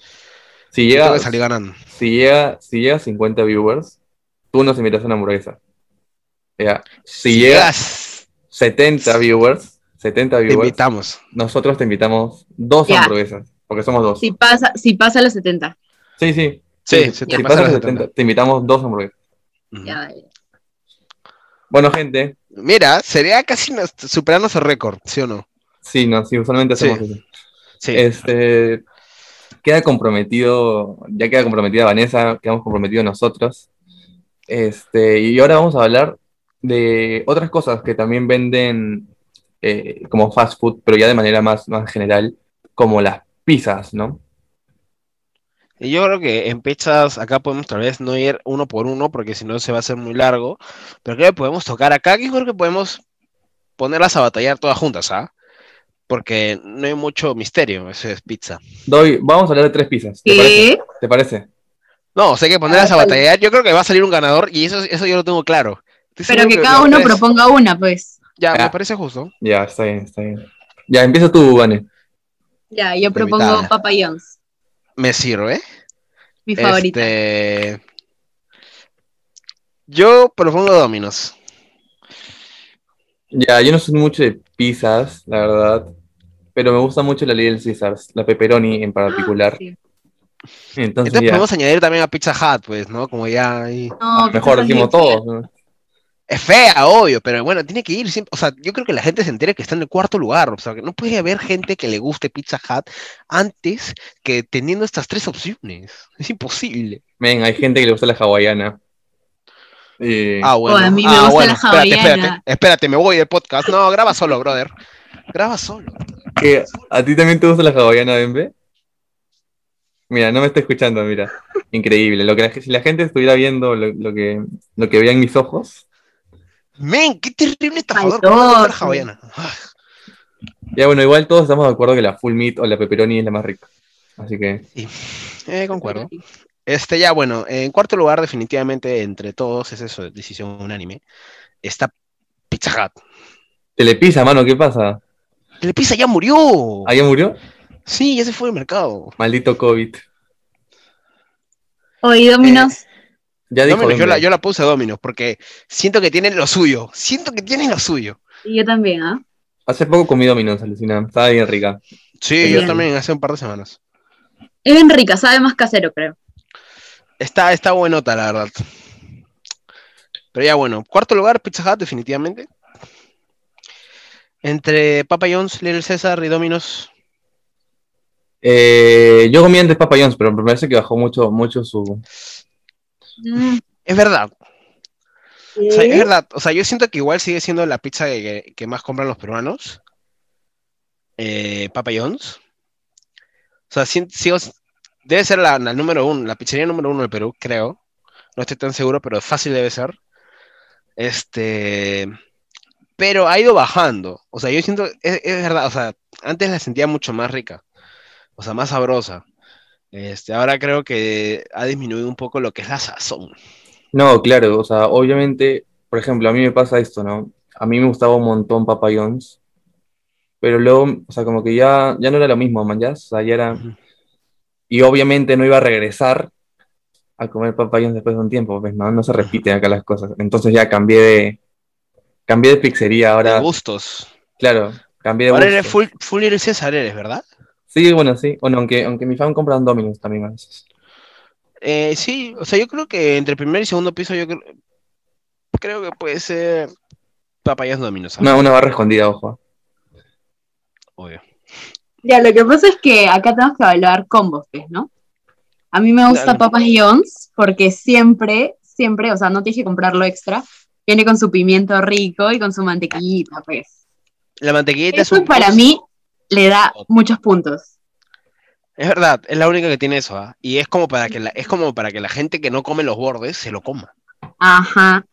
S1: Si
S2: yo tengo
S1: llega,
S2: que salir ganando.
S1: si llega, si llega a 50 viewers, tú nos invitas a una hamburguesa. Ya. Si, llega
S2: llegas,
S1: 70 viewers, 70
S2: te
S1: viewers,
S2: invitamos.
S1: nosotros te invitamos dos
S3: Ya.
S1: hamburguesas, porque somos dos.
S3: Si pasa, si pasa a los 70.
S1: Sí, sí.
S2: Sí,
S1: Sí,
S2: se
S1: si
S2: te
S1: pasas
S2: pasa
S1: los
S2: la
S1: 70,
S2: 70.
S3: eh.
S1: te invitamos dos hamburguesas.
S2: Ujú.
S3: Ya, ya.
S1: Bueno, gente,
S2: Mira, sería casi nos- superar nuestro récord, ¿sí o no?
S1: sí, no, sí, usualmente
S2: Sí.
S1: hacemos eso.
S2: Sí.
S1: Este, queda comprometido, ya queda comprometida Vanessa, quedamos comprometidos nosotros. Este, y ahora vamos a hablar de otras cosas que también venden eh, como fast food, pero ya de manera más, más general, como las pizzas, ¿no?
S2: Y yo creo que en pizzas acá podemos tal vez no ir uno por uno porque si no se va a hacer muy largo. Pero creo que podemos tocar acá que creo que podemos ponerlas a batallar todas juntas, ¿ah? Porque no hay mucho misterio, eso es pizza.
S1: Doy, vamos a hablar de tres pizzas, ¿te parece?
S3: ¿Qué?
S1: ¿Te parece?
S2: No, o sea, hay que ponerlas a
S3: Ah, vale.
S2: batallar. Yo creo que va a salir un ganador y eso, eso yo lo tengo claro. Estoy
S3: Pero
S2: seguro
S3: que cada
S2: los
S3: uno
S2: tres-
S3: proponga una, pues.
S2: Ya, me
S1: Ah.
S2: parece justo.
S1: Ya, está bien, está bien. Ya, empieza tú, Vane.
S3: Ya, yo
S2: Inevitable.
S3: propongo Papa John's,
S2: Me sirve.
S3: mi favorita.
S2: Este, Yo propongo Dominos.
S1: Ya, yo no soy mucho de pizzas, la verdad, pero me gusta mucho la Little Caesars, la pepperoni en particular.
S3: Ah, Sí.
S1: Entonces,
S2: Entonces
S1: ya,
S2: podemos añadir también a Pizza Hut, pues, ¿no? Como ya ahí-
S3: No,
S1: mejor
S3: Pizza
S1: decimos
S3: Hut.
S1: todos. ¿no?
S2: Es fea, obvio, pero bueno, tiene que ir siempre. O sea, yo creo que la gente se entera que está en el cuarto lugar. O sea, que no puede haber gente que le guste Pizza Hut antes que teniendo estas tres opciones. Es imposible.
S1: Ven, hay gente que le gusta la hawaiana. Y-
S2: Ah, bueno.
S3: Oh, a mí me
S2: ah,
S3: gusta
S2: bueno,
S3: la
S2: espérate, espérate,
S3: hawaiana.
S2: espérate, me voy del podcast. No, graba solo, brother. Graba solo.
S1: ¿Qué? ¿A ti también te gusta la hawaiana, Bembe? Mira, no me está escuchando, mira. Increíble. Lo que la- si la gente estuviera viendo lo, lo que, lo que veía en mis ojos.
S2: Men, qué terrible estafador.
S3: Faltó,
S2: ¿Cómo va a gustar
S3: sí.
S2: hawaiana? Ah,
S1: Ya, bueno, igual todos estamos de acuerdo que la full meat o la pepperoni es la más rica. Así que,
S2: sí. Eh, concuerdo. Este, ya, bueno, en cuarto lugar, definitivamente, entre todos, es eso, decisión unánime, está Pizza Hut.
S1: telepizza, mano, ¿qué pasa?
S2: La pizza ya murió.
S1: ¿Ah, ya murió?
S2: Sí, ya se fue del mercado.
S1: Maldito COVID.
S3: Oye, Dominos,
S1: Ya dijo.
S2: Domino's, yo,
S1: Bembe.
S2: la, yo la puse a Dominos porque siento que tienen lo suyo. Siento que tienen lo suyo.
S3: y yo también, ¿ah?
S1: Hace poco comí Domino's, alucina. Estaba bien rica.
S2: Sí,
S1: yo
S2: yo también hace un par de semanas.
S3: Es bien rica, sabe más casero, creo.
S2: Está, está buenota, la verdad. Pero ya bueno, cuarto lugar, Pizza Hut, definitivamente. Entre Papa John's, Little César y Dominos.
S1: Eh, yo comí antes Papa John's, pero me parece que bajó mucho, mucho su.
S2: Es verdad, O sea, es verdad, o sea, yo siento que igual sigue siendo la pizza que, que- que más compran los peruanos. Eh, Papa John's. O sea, si- sigo- debe ser la, la número uno, la pizzería número uno del Perú, creo. No estoy tan seguro, pero fácil debe ser. Este, pero ha ido bajando. O sea, yo siento, es, es verdad, o sea, antes la sentía mucho más rica, o sea, más sabrosa. Este, ahora creo que ha disminuido un poco lo que es la sazón.
S1: No, claro, o sea, obviamente, por ejemplo, a mí me pasa esto, ¿no? A mí me gustaba un montón Papa John's, pero luego, o sea, como que ya, ya no era lo mismo, man, ya, o sea, ya era.
S2: Ujú.
S1: Y obviamente no iba a regresar a comer Papa John's después de un tiempo, pues, ¿no? No se repiten acá las cosas. Entonces ya cambié de. Cambié de pizzería,
S2: De
S1: ahora,
S2: gustos.
S1: claro, cambié de
S2: Ahora
S1: gusto.
S2: eres full, full Little César, eres, ¿verdad?
S1: Sí, bueno, sí. Bueno, aunque, aunque mi fan compra en Domino's también a veces.
S2: Eh, sí, o sea, yo creo que entre primer y segundo piso, yo creo, creo que puede ser Papayas Dominos, ¿ah?
S1: Una, una barra escondida, ojo.
S2: obvio.
S3: Ya, lo que pasa es que acá tenemos que evaluar combos, pues, ¿no? A mí me gusta
S2: Claro.
S3: Papas John's porque siempre, siempre, o sea, no tienes que comprarlo extra. Viene con su pimiento rico y con su mantequillita, pues.
S2: La mantequillita Este es
S3: Eso
S2: un
S3: para
S2: plus.
S3: mí le da muchos puntos.
S2: Es verdad, es la única que tiene eso, ¿ah? Y es como para que la, es como para que la gente que no come los bordes se lo coma.
S4: Ah.
S3: Ajá.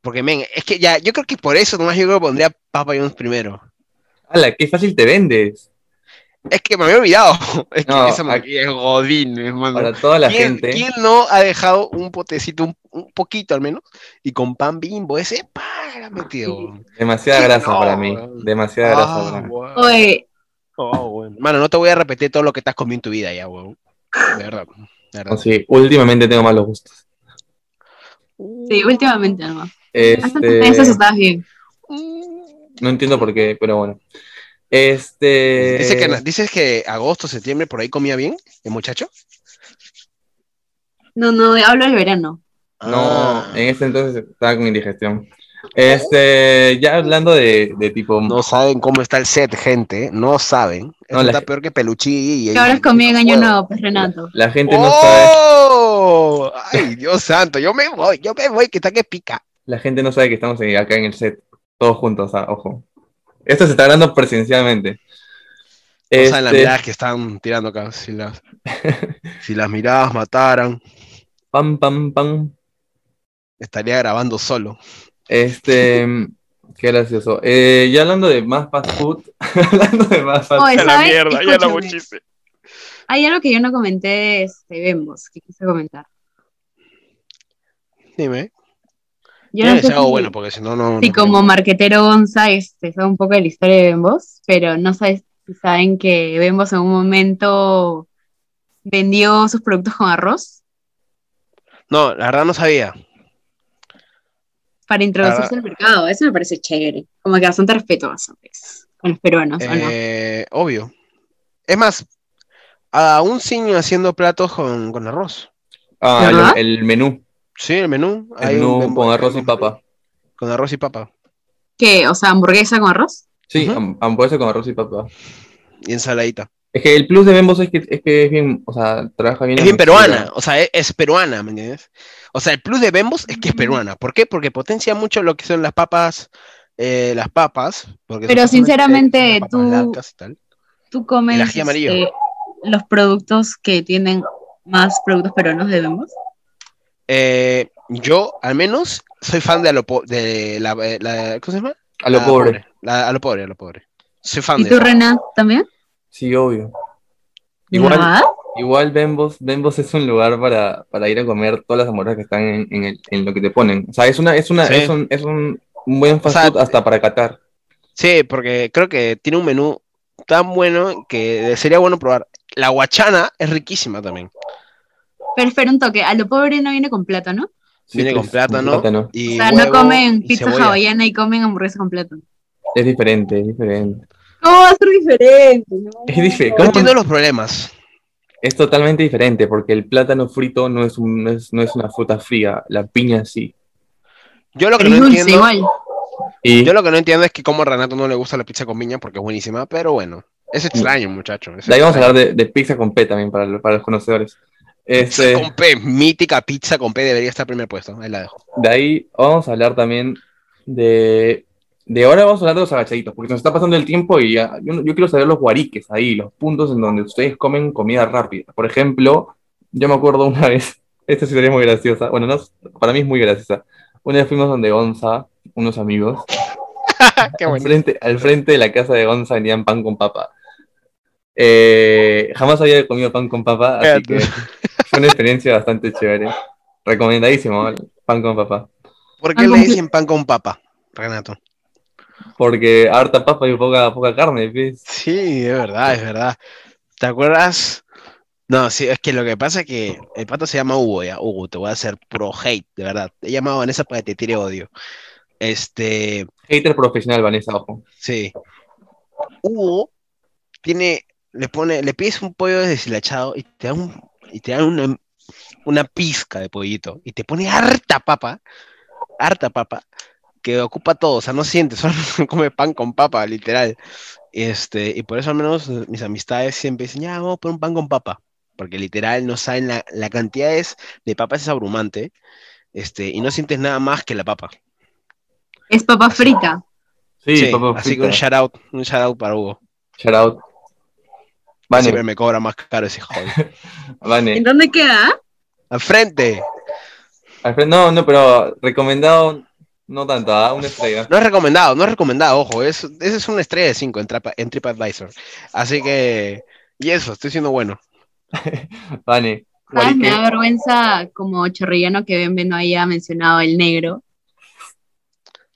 S2: Porque, men, es que ya, yo creo que por eso nomás yo creo que pondría Papayons primero.
S1: ¡Hala, qué fácil te vendes!
S2: Es que me había olvidado. Es que
S1: No,
S2: esa mantequilla es godín, hermano.
S1: Para toda la
S2: ¿Quién,
S1: gente.
S2: quién no ha dejado un potecito, un, un poquito al menos, y con pan bimbo ese, para metido?
S3: Sí.
S1: Demasiada
S2: ¿Quién
S1: grasa
S2: no,
S1: para mí.
S2: weón?
S1: Demasiada grasa
S2: Ah,
S1: para mí.
S2: weón.
S3: Oye,
S2: Ah, weón. Mano, no te voy a repetir todo lo que te has comido en tu vida ya, weón. De verdad. de verdad.
S1: No, sí, últimamente tengo malos gustos.
S3: sí, últimamente no. Hace
S1: Este,
S3: meses estabas bien.
S2: Mm.
S1: no entiendo por qué, pero bueno. Este.
S2: Dice que, na- dices que agosto, septiembre, por ahí comía bien, el muchacho.
S3: No, no, hablo del verano.
S1: No,
S2: Ah.
S1: en ese entonces estaba con indigestión. Este, ya hablando de, de tipo.
S2: No saben cómo está el set, gente. No saben. Esto
S1: No, la-
S2: está peor que Peluchí. y-
S3: Que ahora es conmigo en año
S2: Bueno.
S3: nuevo, pues Renato.
S1: La gente no sabe,
S2: ¡Oh! ¡Ay, Dios santo! Yo me voy, yo me voy, que está que pica.
S1: la gente no sabe que estamos en- acá en el set, todos juntos, ah, ojo. Esto se está hablando presencialmente.
S2: O sea, las
S1: Este,
S2: miradas que están tirando acá. Si las, si las miradas mataran,
S1: pam, pam, pam.
S2: estaría grabando solo.
S1: Este, qué gracioso. Eh, ya hablando de más fast food, hablando de más fast
S3: Oye,
S4: Ya la
S3: ¿sabes?
S4: mierda, ya la
S3: Escúchame.
S4: bochise.
S3: Hay algo que yo no comenté de este, Bembos, que quise comentar.
S2: Dime.
S3: Yo
S2: Tiene
S3: no
S2: que
S3: sé
S2: ser algo
S3: si-
S2: bueno, porque si no,
S4: pues,
S2: no.
S3: Sí,
S2: no-
S3: como marquetero Gonza, este, sabe un poco de la historia de Bembos, pero no sabes si saben que Bembos en un momento vendió sus productos con arroz
S2: No, la verdad no sabía.
S3: para
S4: Ah.
S3: introducirse al mercado. Eso me parece chévere. Como que bastante respetuoso pues, con los peruanos, ¿o no?
S2: Eh, Obvio. Es más, aún siguen haciendo platos con, con arroz.
S1: Ah,
S3: ¿Verdad?
S1: el, el menú,
S2: Sí, el menú.
S1: el
S2: hay un
S1: menú
S2: menú-
S1: con arroz y papa.
S2: Con arroz y papa.
S3: ¿Qué? O sea, hamburguesa con arroz.
S1: Sí,
S2: Ujú.
S1: ham- hamburguesa con arroz y papa.
S2: Y ensaladita.
S1: Es que el plus de Bembos es que, es que es bien, o sea, trabaja bien.
S2: Es
S1: la
S2: bien
S1: mixtura.
S2: peruana, o sea, es, es peruana, ¿me entiendes? O sea, el plus de Bembos es que es peruana. ¿Por qué? Porque potencia mucho lo que son las papas, eh, las papas. Porque
S3: Pero
S2: supuestamente
S3: sinceramente,
S2: son las papas
S3: tú-
S2: blancas y tal.
S3: ¿Tú comes
S2: El ají amarillo.
S3: este, los productos que tienen más productos peruanos de Bembos?
S2: Eh, yo, al menos, soy fan de a lo po- de la, eh, la- ¿cómo se llama?
S1: A lo
S2: La
S1: pobre.
S2: La- a lo Ah, pobre, a lo pobre. Soy fan
S3: ¿Y
S2: de
S3: tú,
S2: eso.
S3: Renan, también?
S1: Sí, obvio.
S3: ¿De
S1: Igual-
S3: verdad?
S1: Igual Bembos, Bembos es un lugar para, para ir a comer todas las hamburguesas que están en, en el- en lo que te ponen. O sea, es una, es una,
S2: Sí.
S1: es un, es un un buen fast
S2: O sea,
S1: food hasta para Qatar.
S2: Sí, porque creo que tiene un menú tan bueno que sería bueno probar. La guachana es riquísima también.
S3: Pero espera un toque. A lo pobre no viene con plato, ¿no?
S1: Sí,
S2: Viene
S1: pues,
S2: con plátano.
S3: O
S2: Y
S3: sea, no
S2: huevo
S3: comen
S2: y
S3: pizza
S2: cebolla.
S3: hawaiana y comen hamburguesa con plátano.
S1: Es diferente, es diferente.
S3: ¿Cómo va a ser diferente? No.
S1: Es diferente.
S2: Oh, No
S1: ¿Cómo?
S2: entiendo los problemas.
S1: Es totalmente diferente porque el plátano frito no es, un, no es, no es una fruta fría, la piña sí.
S2: Yo lo que
S3: Pero
S2: no
S3: es dulce
S2: entiendo,
S3: igual.
S1: Y
S2: yo lo que no entiendo es que como a Renato no le gusta la pizza con piña porque es buenísima, pero bueno, es extraño, muchacho. es
S1: de ahí vamos a
S2: extraño.
S1: hablar de, de pizza con P también para, los- para los conocedores.
S2: Pizza
S1: Este,
S2: con P, mítica pizza con P debería estar en primer puesto. Ahí la dejo.
S1: de ahí vamos a hablar también de... De ahora vamos a hablar de los agachaditos, porque se nos está pasando el tiempo y ya- yo, yo quiero saber los guariques ahí, los puntos en donde ustedes comen comida rápida. Por ejemplo, yo me acuerdo una vez, esta historia es muy graciosa, bueno, no, es- para mí es muy graciosa. Una vez fuimos donde Gonza, unos amigos,
S2: Ah, Qué
S1: al
S2: bueno.
S1: frente, al frente de la casa de Gonza vendían pan con papa. Eh, jamás había comido pan con papa, así que
S2: Fíjate.
S1: fue una experiencia bastante chévere. Recomendadísimo el pan con papa.
S2: ¿Por qué
S3: Pan
S2: le
S3: con
S2: dicen pan con papa, Renato?
S1: Porque harta papa y poca, poca carne, ¿ves?
S2: Sí, es verdad, es verdad. ¿Te acuerdas? No, sí, es que lo que pasa es que el pato se llama Hugo, ya. Hugo, te voy a hacer pro hate, de verdad. Te he llamado a Vanessa para que te tire odio. Este,
S1: Hater profesional, Vanessa, ojo.
S2: Sí. Hugo tiene, le pone, le pides un pollo deshilachado y te dan un- y te dan una, una pizca de pollito y te pone harta papa, harta papa, que ocupa todo, o sea, no siente, solo come pan con papa, literal. Este, y por eso al menos eh, mis amistades siempre dicen, ya, vamos por un pan con papa, porque literal no saben, la, la cantidad es- de papa es abrumante, este, y no sientes nada más que la papa.
S3: Es papa frita.
S1: Sí,
S2: Sí,
S1: papa
S2: así que un
S1: frita.
S2: shout out, un shout out para Hugo.
S1: Shout out. Vane,
S2: Siempre me cobra más caro ese joder.
S1: Vane.
S3: ¿En dónde queda?
S2: Al frente.
S1: Alfred- No, no, pero recomendado no tanto, ¿ah? una estrella.
S2: No es recomendado, no es recomendado, ojo. Es, ese es una estrella de 5 en, Trapa- en TripAdvisor. Así que. Y eso, estoy siendo bueno.
S1: Vane.
S3: ¿Sabes? Ah, Me
S1: guarique.
S3: da vergüenza como chorrillano que Bembe no haya mencionado el negro.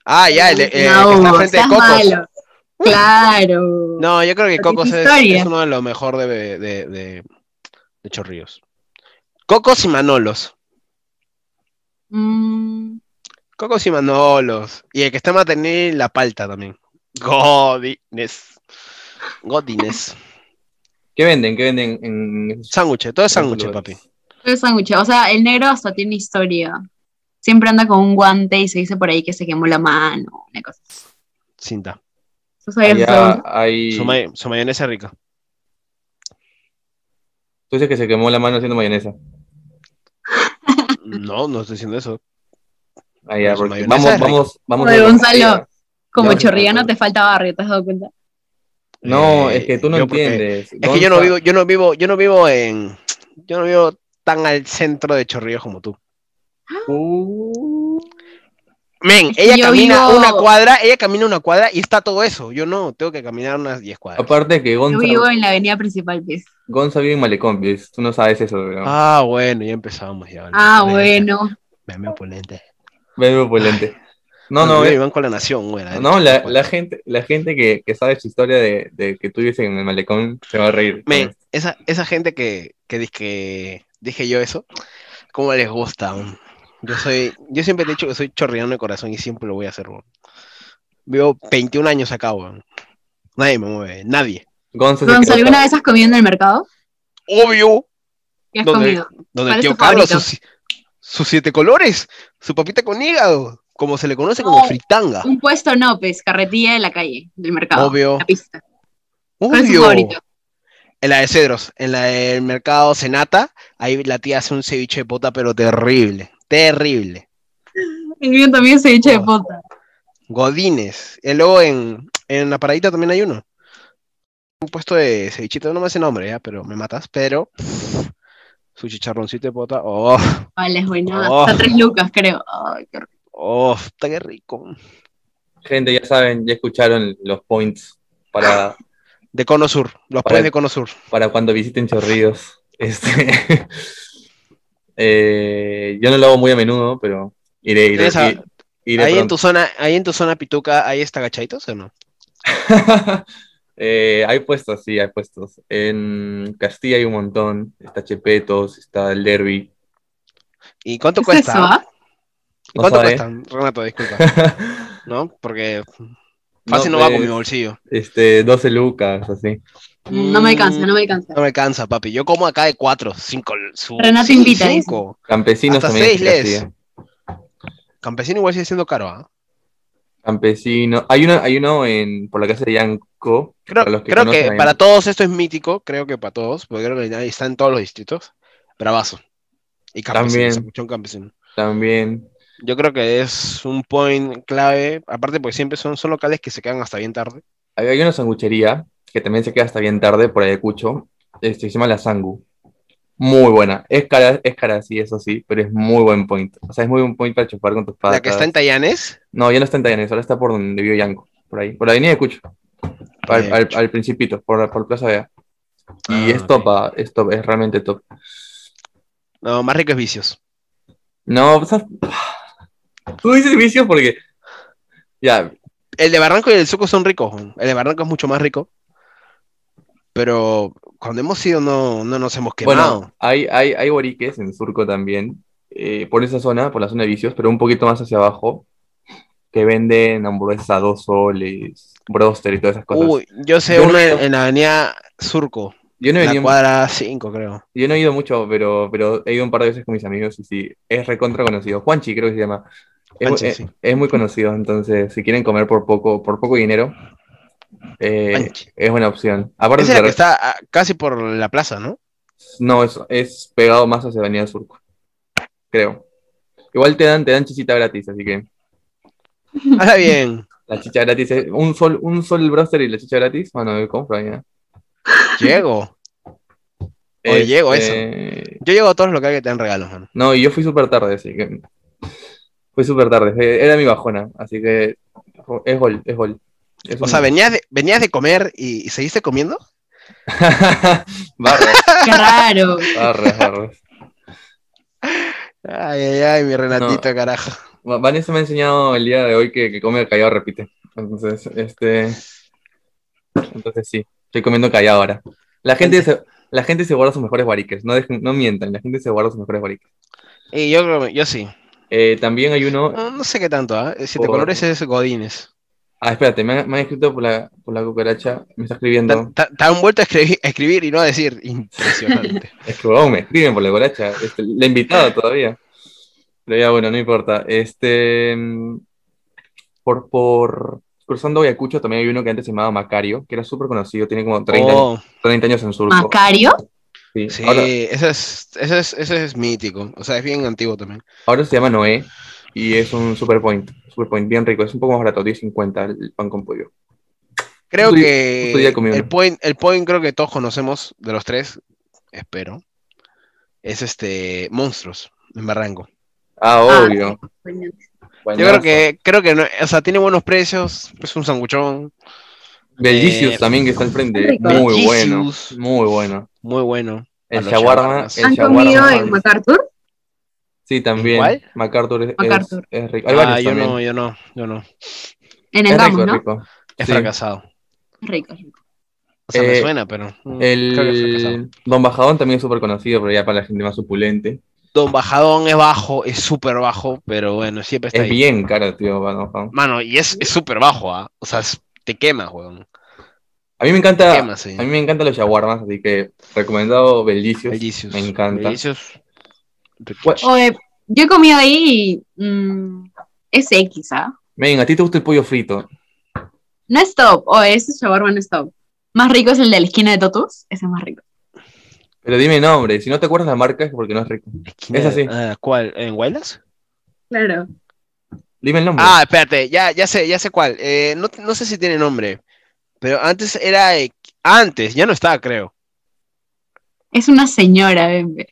S2: Ah, ya, el, de- eh, que
S3: No,
S2: está al
S3: Hugo,
S2: frente de
S3: seas
S2: Cocos. Uh.
S3: malo. Claro.
S2: No, yo creo que
S3: Porque
S2: Cocos
S3: tu
S2: es,
S3: historia.
S2: es uno de los mejor de, de, de- de Chorrillos. Cocos y Manolos.
S3: Mm,
S2: Cocos y Manolos. Y el que está en Maternidad y la palta también. Godines. Godines.
S1: ¿Qué venden? ¿Qué venden en esos
S2: Sándwiches, todo es
S1: esos
S2: sándwiches,
S1: lugares?
S2: papi.
S3: fue sándwich. O sea, el negro hasta tiene historia. siempre anda con un guante y se dice por ahí que se quemó la mano, una cosa así.
S2: Cinta. Ah,
S3: Eso sabía
S1: Allá
S3: todo.
S1: hay...
S2: Su, may- su mayonesa rica.
S1: Tú dices que se quemó la mano haciendo mayonesa.
S2: No, no estoy diciendo eso.
S1: Ah, ya,
S2: Su
S1: porque-
S2: mayonesa
S1: Vamos,
S2: es rica.
S1: vamos, vamos.
S3: Oye,
S1: a-
S3: Gonzalo. Como
S1: Ya,
S3: chorriano
S1: ya.
S3: te falta barrio, ¿te has dado cuenta?
S1: No,
S2: Eh,
S1: es que tú no
S2: yo porque-
S1: entiendes.
S2: Es que yo no vivo, yo no vivo, yo no vivo en, yo no vivo tan al centro de Chorrillos como tú. Men,
S3: Es que
S2: ella
S3: yo
S2: camina
S3: vivo-
S2: una cuadra, ella camina una cuadra y está todo eso. Yo no, tengo que caminar unas 10 cuadras.
S1: Aparte que
S3: Yo
S1: Gonza,
S3: vivo en la avenida principal, pues.
S1: Gonza vive en Malecón, pues, Tú no sabes eso, weón.
S2: Ah, bueno, ya empezamos ya.
S3: Ah, bueno.
S2: Meme oponente.
S1: Veme por lente. No, no,
S2: me
S1: eh,
S2: van con la pues. nación, güey.
S1: no, la, la gente, la gente que, que sabe su historia de, de que tú vives en el Malecón se va a reír.
S2: Men, esa, esa gente que, que dije, dije yo eso, ¿cómo les gusta? man? Yo soy, yo siempre he dicho que soy chorriano de corazón y siempre lo voy a hacer, weón. Vivo 21 años acá, weón. Nadie me mueve, nadie.
S1: Gonza se
S3: Gonzalo,
S1: quedó-
S3: ¿alguna vez has comido en el mercado?
S2: Obvio,
S3: ¿Qué has
S2: ¿Dónde?
S3: comido?
S2: donde
S3: ¿Cuál
S2: el
S3: es
S2: tío
S3: tu
S2: Carlos,
S3: favorito?
S2: sus, sus siete colores, su papita con hígado, como se le conoce
S3: No.
S2: como fritanga.
S3: Un puesto no, pues, carretilla de la calle, del mercado.
S2: Ah. Obvio.
S3: La pista. ¿Cuál es tu
S2: Obvio.
S3: favorito?
S2: En la de Cedros, en la del mercado Cenata, ahí la tía hace un ceviche de pota, pero terrible, terrible.
S3: El mío también se echa de
S2: Oh.
S3: pota.
S2: Godines. Y Eh, luego en, en la paradita también hay uno. Un puesto de cevichito, no me hace nombre, ya, pero me matas. Pero su chicharroncito de pota, oh,
S3: Vale, es buena.
S2: Oh.
S3: Está tres lucas, creo. Ay, qué rico.
S2: oh, está que rico.
S1: Gente, ya saben, ya escucharon los points para,
S2: De Cono Sur, los
S1: Para-
S2: pueblos de Cono Sur.
S1: para cuando visiten Chorrillos. Este, eh, yo no lo hago muy a menudo, pero iré, iré.
S2: Tienes a-
S1: ir- iré
S2: ahí en
S1: pronto.
S2: tu zona, ahí en tu zona pituca, ¿hay estagachaitos o no?
S1: Eh, hay puestos, sí, hay puestos. En Castilla hay un montón. Está Chepetos, está el Derby.
S2: ¿Y cuánto
S3: ¿Qué es
S2: cuesta?
S3: eso, ah?
S1: No
S2: ¿Cuánto
S1: sabe.
S2: cuesta? Renato, disculpa, ¿no? Porque fácil no, va con mi
S1: pues,
S2: bolsillo.
S1: Este, 12 lucas, así.
S3: No me alcanza, no me alcanza.
S2: No me alcanza, papi. Yo como acá de cuatro, cinco. su-
S3: Renato
S2: sí,
S3: invita, dice.
S2: cinco.
S1: Campesinos
S2: Hasta
S1: también.
S2: seis
S1: en
S2: les.
S1: Castilla.
S2: Campesino igual sigue siendo caro, ¿ah?
S1: Campesino. Hay uno, hay uno en, por la casa de Yanco.
S2: Creo,
S1: Para los que
S2: creo
S1: conocen
S2: que
S1: ahí.
S2: para todos esto es mítico, creo que para todos, porque creo que ahí está en todos los distritos. Bravazo. Y campesino,
S1: También.
S2: se escuchó un campesino.
S1: También.
S2: Yo creo que es un point clave, aparte porque siempre son, son locales que se quedan hasta bien tarde.
S1: Hay, hay una sanguchería que también se queda hasta bien tarde por Ayacucho. Este, se llama La Sangu. Muy buena. Es cara, es cara, sí, eso sí, pero es muy buen point. O sea, es muy buen point para chupar con tus padres.
S2: La que está en Tallanes,
S1: No, ya no está en Tallanes, ahora está por donde vive Yanko, por ahí, por la avenida de Cucho,
S2: Eh.
S1: al, al- al principito, por, por Plaza Vea. Y
S2: Ah,
S1: es top, ah, es top, es realmente top.
S2: no, más rico es Vicios.
S1: No, o sea, tú dices vicios porque, ya,
S2: El de Barranco y el Suco son ricos, ¿no? el de Barranco es mucho más rico. Pero cuando hemos ido no, no nos hemos quemado.
S1: bueno, hay, hay, hay boriques en Surco también, eh, por esa zona, por la zona de vicios, pero un poquito más hacia abajo, que venden hamburguesas a dos soles, broster y todas esas cosas.
S2: Uy, yo sé
S1: Yo
S2: uno
S1: no-
S2: en, en la avenida Surco,
S1: yo no he
S2: la
S1: venido-
S2: cuadra 5 creo.
S1: Yo no he ido mucho, pero, pero he ido un par de veces con mis amigos y sí, es recontra conocido. Juanchi creo que se llama. Es,
S2: Juanchi,
S1: mu-
S2: sí.
S1: es, es muy conocido, entonces si quieren comer por poco, por poco dinero, eh,
S2: Juanchi.
S1: es buena opción. Aparte,
S2: Esa es la que
S1: claro,
S2: está ah, casi por la plaza, ¿no?
S1: no, es, es pegado más hacia Avenida Surco, creo. Igual te dan, te dan chichita gratis, así que
S2: Ahora bien,
S1: la chicha gratis es un sol, un sol el broster y la chicha gratis, bueno, yo compro ¿eh? ya.
S2: llego. Oye, Eh, llego eso.
S1: Este,
S2: Yo llego a todos los locales que te dan regalos, mano.
S1: No, y yo fui súper tarde, así que. Fui súper tarde. eh, Era mi bajona, así que. jo- Es gol, es gol. Es
S2: O
S1: un-
S2: sea, venías de, venías de comer y, y seguiste comiendo.
S1: barras,
S3: Qué raro.
S1: barras, barras.
S2: Ay, ay, ay, mi Renatito, carajo.
S1: Va- Vanessa me ha enseñado el día de hoy que, que come callado repite. Entonces, este. Entonces sí, estoy comiendo callado ahora. La gente se, la gente se guarda sus mejores bariques, no, dejen- no mientan, la gente se guarda sus mejores bariques.
S2: Y yo, creo- yo sí.
S1: Eh, también hay uno.
S2: No, no sé qué tanto, ¿ah? El Siete
S1: Por-
S2: colores es Godines.
S1: Ah, espérate, me han, me han escrito por la, por la cucaracha, me está escribiendo.
S2: Te han vuelto a escribir, a escribir y no a decir. Impresionante.
S1: Es que, huevón, me escriben por la cucaracha. este, la invitada todavía. Pero ya, bueno, no importa. Este, mm, por, por, cruzando Ayacucho también hay uno que antes se llamaba Macario, que era súper conocido, tiene como 30, años-
S2: Oh,
S1: 30 años en surco.
S3: Macario,
S1: Sí.
S2: sí,
S1: Ahora,
S2: ese es, ese es, ese es mítico. O sea, es bien antiguo también.
S1: ahora se llama Noé y es un super point, super point bien rico, es un poco más barato, 10.50 el pan con pollo.
S2: Creo
S1: Otro día-
S2: que
S1: otro día comimos.
S2: el point, el point creo que todos conocemos de los tres, espero. Es este Monstruos en Barranco.
S1: Ah,
S3: Ah.
S1: obvio.
S2: Yo creo que, creo que no- o sea, tiene buenos precios, es un sanguchón,
S1: Delicious
S2: eh,
S1: también que está al frente,
S3: rico.
S1: muy bueno,
S2: Delicious.
S1: muy bueno.
S2: muy bueno. A
S1: El
S2: los
S1: shawarma,
S2: shawarmas.
S1: el
S3: ¿han comido
S1: shawarma,
S3: en MacArthur?
S1: sí, también.
S2: ¿En cuál?
S1: MacArthur es, es-
S3: MacArthur.
S1: es rico. Hay
S2: Ah,
S1: varios
S2: yo
S1: también.
S2: no, yo no, yo no.
S3: En
S1: Es
S3: Engamus,
S1: rico, es
S3: ¿no?
S1: rico.
S2: He
S1: Sí.
S2: fracasado.
S3: Rico, rico.
S2: O sea, me
S1: Eh,
S2: suena, pero mm, creo que he fracasado.
S1: El Don Bajadón también es súper conocido, pero ya para la gente más opulente.
S2: Don Bajadón es bajo, es súper bajo, pero bueno, siempre está
S1: Es
S2: ahí.
S1: bien caro, tío, Don Bajadón.
S2: Mano, y es es súper bajo, ¿ah? O sea, es- te quemas, weón.
S1: A mí me
S2: Te
S1: encanta,
S2: quemas, sí.
S1: a mí me encantan los shawarmas, así que recomendado Belicios.
S2: Delicious.
S1: me encanta.
S2: Delicious.
S1: Bueno,
S2: Oh,
S3: Oye, eh, yo he comido ahí y mm, es X, ¿ah?
S1: Ven, a ti te gusta el pollo frito.
S3: No es top, oye, ese shawarma no es top. Más rico es el de la esquina de Totus, ese es más rico.
S1: Pero dime nombre, si no te acuerdas la marca es porque no es rico. Es así.
S2: Ah, ¿Cuál? ¿En Wailas?
S3: Claro.
S1: Dime el nombre.
S2: Ah, espérate, ya, ya sé, ya sé cuál. Eh, no, no sé si tiene nombre, pero antes era. eh, antes, ya no estaba, creo.
S3: Es una señora, bebé.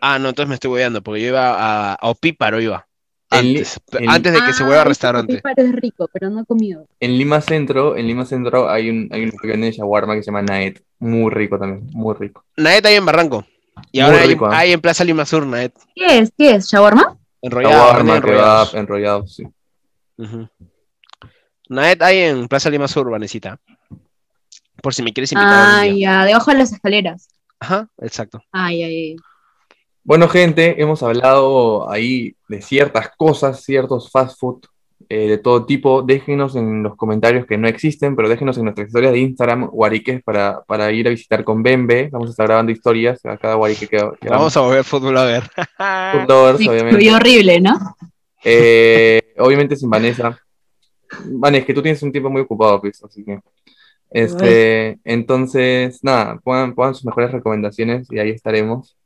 S2: Ah, no, entonces me estoy hueveando, porque yo iba a, a Opíparo, iba.
S1: El-
S2: Antes,
S1: el-
S2: antes de que se
S3: Ah,
S2: vuelva a restaurante.
S3: Es rico, pero no he comido.
S1: En Lima Centro, en Lima Centro hay un, hay un lugar que vende shawarma que se llama Naet. Muy rico también, muy rico.
S2: Naet hay en Barranco. Y
S1: Muy
S2: ahora hay,
S1: rico, ah.
S2: hay en Plaza Lima Sur, Naet.
S3: ¿Qué es? ¿Qué es? ¿Shawarma?
S2: Enrollado,
S1: Shawarma,
S2: venden enrollados.
S1: kebab, enrollado, sí.
S2: Ujú. Naet hay en Plaza Lima Sur, Vanesita. Por si me quieres invitar. algún
S3: Ah,
S2: día.
S3: ya, debajo de las escaleras.
S2: Ajá, exacto.
S3: Ay, ay,
S1: Bueno, gente, hemos hablado ahí de ciertas cosas, ciertos fast food eh, de todo tipo. Déjenos en los comentarios que no existen, pero déjenos en nuestras historias de Instagram, Guariques, para, para ir a visitar con Bembe. Vamos a estar grabando historias a cada Guarique que, que
S2: Vamos a volver fútbol a ver.
S1: Food lovers,
S3: ay.
S1: Pues obviamente.
S3: Estuvo horrible, ¿no?
S1: Eh, obviamente sin Vanessa. Vanessa, es que tú tienes un tiempo muy ocupado, pues, así que. Este, entonces, nada, pongan, pongan sus mejores recomendaciones y ahí estaremos.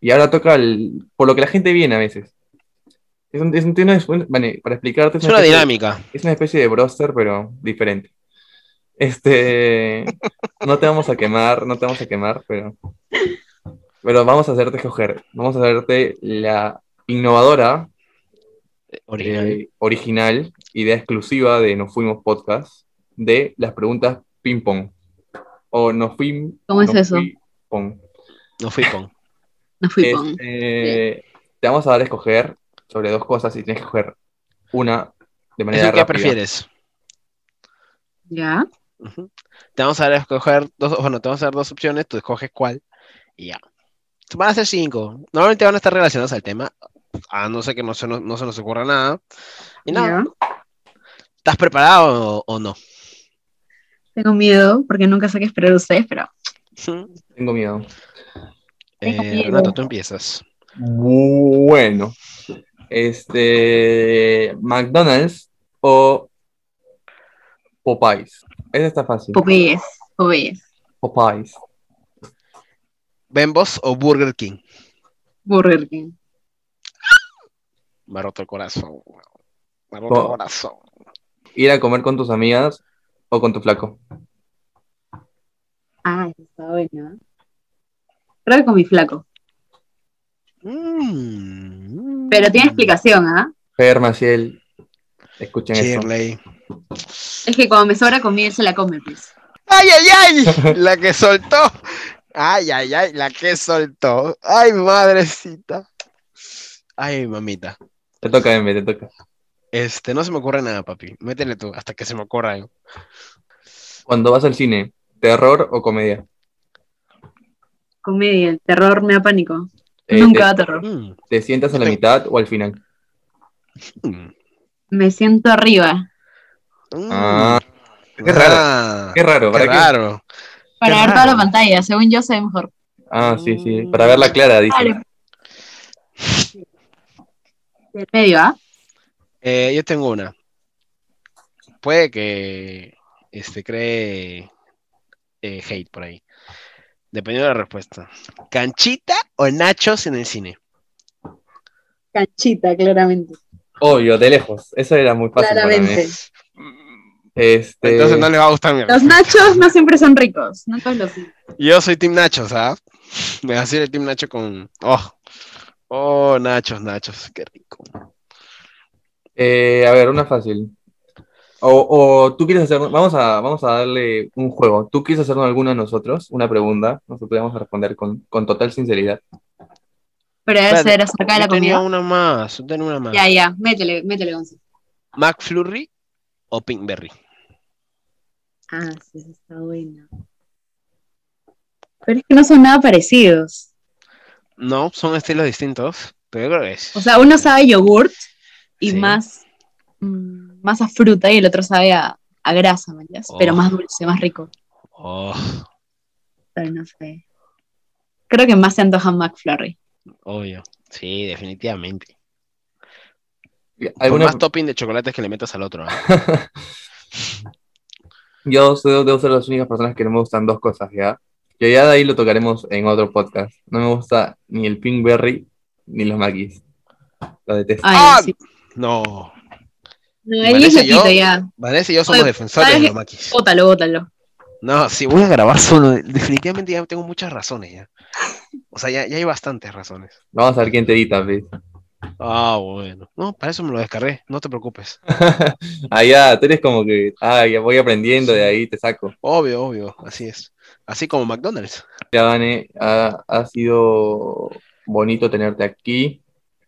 S1: Y ahora toca el, por lo que la gente viene a veces. Es un, es un- tiene un- Vane, para explicarte, es
S2: Es
S1: una,
S2: una
S1: especie,
S2: dinámica.
S1: es una especie de broster, pero diferente. Este, no te vamos a quemar, no te vamos a quemar, pero, pero vamos a hacerte escoger. Vamos a hacerte la innovadora
S2: Original.
S1: eh, original, idea exclusiva de Nos Fuimos Podcast, de las preguntas ping-pong. O Nos Fuimos.
S3: ¿Cómo es eso?
S1: Pong.
S2: No fui con.
S3: No fui con.
S1: Este, te vamos a dar a escoger sobre dos cosas y tienes que escoger una de manera
S2: ¿Eso qué
S1: rápida.
S2: prefieres?
S3: Ya.
S2: Ujú. Te vamos a dar a escoger dos, bueno, te vamos a dar dos opciones, tú escoges cuál y ya. Van a ser cinco. Normalmente van a estar relacionadas al tema, a no ser que no se nos, no se nos ocurra nada. Y nada,
S3: ya.
S2: ¿estás preparado o, o no?
S3: Tengo miedo porque nunca sé qué esperar de ustedes, pero.
S2: Ujú.
S1: Tengo miedo.
S2: Eh,
S3: Tengo miedo.
S2: Renato, tú empiezas.
S1: Bueno. Este. McDonald's o Popeyes. Esa está fácil.
S3: Popeyes, Popeyes.
S1: Popeyes.
S2: ¿Bembos o Burger King?
S3: Burger King.
S2: Me ha roto el corazón. Me ha roto el
S1: Oh.
S2: corazón.
S1: Ir a comer con tus amigas o con tu flaco.
S3: Ah, eso está bueno. Creo que con mi flaco.
S2: Mm.
S3: Pero tiene explicación, ¿ah?
S1: Fer Maciel, escuchen eso.
S2: Shirley.
S3: Es que cuando me sobra comida, él se la come, pues.
S2: ¡Ay, ay, ay! La que soltó. ¡Ay, ay, ay! La que soltó. ¡Ay, madrecita! ¡Ay, mamita!
S1: Te toca, Embe, te toca.
S2: Este, no se me ocurre nada, papi. Métele tú hasta que se me ocurra algo.
S1: Cuando vas al cine, ¿terror o comedia?
S3: Comedia, el terror me da pánico.
S1: Eh,
S3: Nunca da terror.
S2: Mm,
S1: Te, te sientas a la
S2: Yo
S1: mitad o al final?
S2: mm,
S3: Me siento arriba.
S2: mm.
S1: Ah, qué
S2: Ah,
S1: Qué raro,
S2: qué
S1: ¿para qué?
S2: raro.
S3: Para ver toda
S2: raro.
S3: la pantalla, según yo sé mejor.
S2: Mm.
S1: Ah, sí, sí, para verla clara, dice.
S3: Claro. Del medio, ¿ah?
S2: Eh, yo tengo una. Puede que este, cree eh, hate por ahí. Dependiendo de la respuesta. ¿Canchita o nachos en el cine?
S3: Canchita, claramente.
S1: Obvio, de lejos. Eso era muy fácil. para mí.
S3: Claramente.
S1: Este,
S2: Entonces no les va a gustar mi
S3: Los nachos no siempre son ricos. No todos los
S2: Yo soy Team Nachos, ¿ah? Me va a decir el Team Nacho con. Oh, oh, Nachos, Nachos, qué rico.
S1: eh, a ver, una fácil. O, o tú quieres hacer, vamos a, vamos a darle un juego. ¿Tú quieres hacernos alguna a nosotros? Una pregunta. Nosotros vamos a responder con, con total sinceridad.
S3: Pero debe
S2: Espérate,
S3: ser acerca de la
S2: Yo tenía
S3: comida.
S2: una más, yo tenía una más.
S3: Ya, ya, métele, métele, Gonzo.
S2: ¿McFlurry o Pinkberry?
S3: Ah, sí, esa está buena. Pero es que no son nada parecidos.
S2: No, son estilos distintos, pero yo creo que es.
S3: O sea, uno sabe yogurt y
S2: Sí.
S3: más, mm, más a fruta y el otro sabe a, a grasa, ¿me entiendes? Pero
S2: Oh.
S3: más dulce, más rico.
S2: Oh,
S3: Pero no sé. Creo que más se antoja McFlurry.
S2: obvio. Sí, definitivamente. Por
S1: ¿Alguna,
S2: más topping de chocolates que le metas al otro. ¿ah?
S1: Yo soy- debo ser las únicas personas que no me gustan dos cosas, ¿ya? Que ya de ahí lo tocaremos en otro podcast. No me gusta ni el Pinkberry ni los maquis. Lo detesto.
S3: Ay,
S2: Ah,
S3: sí.
S2: No.
S3: No,
S2: ¿te
S3: él es
S2: parece yo?
S3: loquito ya.
S2: Vanessa y yo somos
S3: Oye,
S2: defensores de
S3: ¿sabes
S2: los maquis.
S3: Bótalo, bótalo.
S2: No, si voy a grabar solo, definitivamente ya tengo muchas razones ya. O sea, ya, ya hay bastantes razones.
S1: Vamos a ver quién te edita, pues.
S2: Ah, bueno. No, para eso me lo descargué, no te preocupes.
S1: Allá, Ah, tú eres como que, ah, ya voy aprendiendo, de ahí te saco.
S2: Obvio, obvio, así es. Así como McDonald's.
S1: Ya, Vane, ha, ha sido bonito tenerte aquí.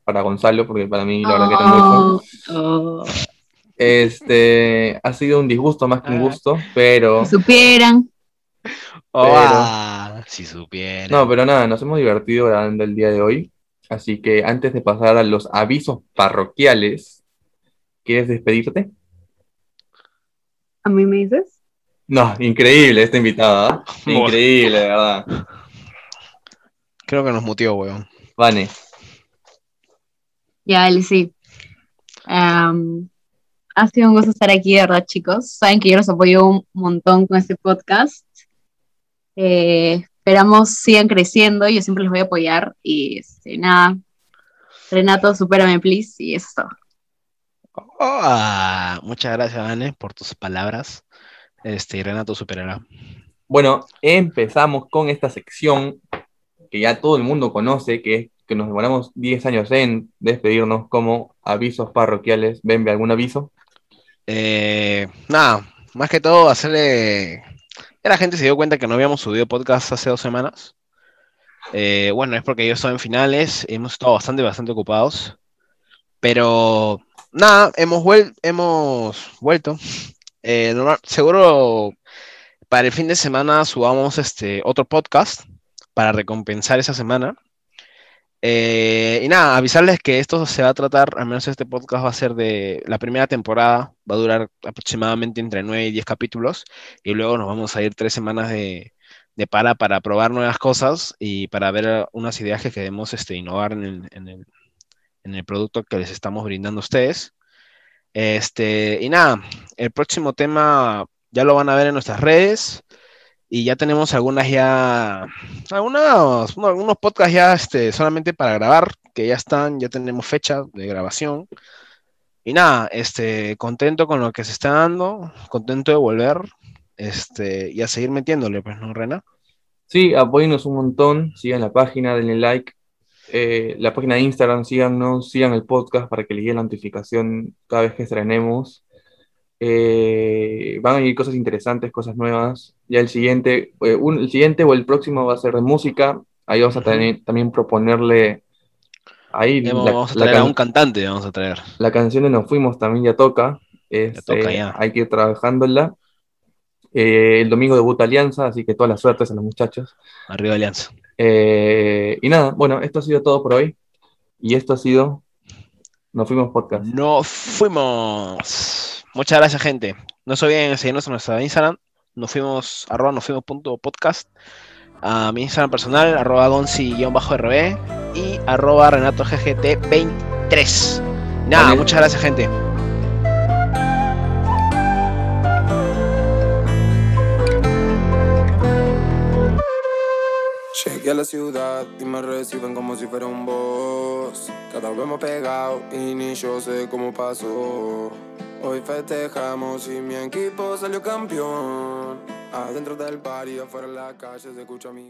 S1: Para Gonzalo, porque para mí la verdad que no
S2: Ah.
S1: mucho.
S3: Oh, oh.
S1: Este, ha sido un disgusto más que un
S2: Ah.
S1: gusto, pero...
S3: Si supieran.
S1: Pero-
S2: Ah, si supieras.
S1: No, pero nada, nos hemos divertido grabando el día de hoy. Así que antes de pasar a los avisos parroquiales, ¿quieres despedirte?
S3: ¿A mí me dices?
S1: No, increíble este invitado, ¿ah?
S2: Bueno.
S1: Increíble, de verdad.
S2: Creo que nos mutió, weón.
S1: Vane,
S3: Ya, él sí. Am, ha sido un gusto estar aquí, de verdad, chicos. Saben que yo los apoyo un montón con este podcast. Eh, esperamos sigan creciendo. Yo siempre los voy a apoyar. Y este, nada. Renato, supérame, please. Y eso es todo.
S2: Oh, Ah, muchas gracias, Vane, por tus palabras. Este, y Renato superará.
S1: bueno, empezamos con esta sección que ya todo el mundo conoce, que es que nos demoramos 10 años en despedirnos como avisos parroquiales. ¿Ven, algún aviso?
S2: Eh, nada, más que todo hacerle. Ya la gente se dio cuenta que no habíamos subido podcast hace dos semanas. Eh, bueno, es porque yo estaba en finales, hemos estado bastante, bastante ocupados. Pero nada, hemos, vuel- hemos vuelto. Eh, normal- seguro para el fin de semana subamos este otro podcast para recompensar esa semana. Eh, y nada, avisarles que esto se va a tratar, al menos este podcast va a ser de la primera temporada, va a durar aproximadamente entre 9 y 10 capítulos, y luego nos vamos a ir tres semanas de, de para para probar nuevas cosas y para ver unas ideas que queremos este, innovar en el, en el- en el producto que les estamos brindando a ustedes. Este, y nada, el próximo tema ya lo van a ver en nuestras redes. Y ya tenemos algunas ya, algunos, no, algunos podcasts ya este, solamente para grabar, que ya están, ya tenemos fecha de grabación. Y nada, este, contento con lo que se está dando, contento de volver, este, y a seguir metiéndole, pues, ¿no, Rena?
S1: Sí, apóyennos un montón, sigan la página, denle like, eh, la página de Instagram, síganos, sigan el podcast para que les llegue la notificación cada vez que estrenemos. Eh, van a venir cosas interesantes, cosas nuevas. Ya el siguiente, eh, un- el siguiente o el próximo va a ser de música. Ahí vamos a
S2: Ujú.
S1: tener- también proponerle ahí la,
S2: Hemos- vamos a
S1: la
S2: traer a
S1: can-
S2: un cantante, vamos a traer.
S1: la canción de Nos Fuimos también ya toca. Este,
S2: toca, ya.
S1: Hay que ir trabajándola. Eh, el domingo debuta Alianza, así que todas las suertes a los muchachos.
S2: Arriba Alianza.
S1: Eh, y nada, bueno, esto ha sido todo por hoy. Y esto ha sido Nos Fuimos Podcast.
S2: Nos fuimos. Muchas gracias, gente. No se olviden seguirnos en nuestra Instagram. Nos fuimos, arroba nos fuimos punto podcast. A mi Instagram personal, arroba gonzi-rb y arroba renato ggt 23 Nada, muchas gracias, gente.
S4: Llegué a la ciudad y me reciben como si fuera un boss. Cada vez más pegado y ni yo sé cómo pasó. Hoy festejamos y mi equipo salió campeón. Adentro del barrio, afuera en la calle se escucha mi.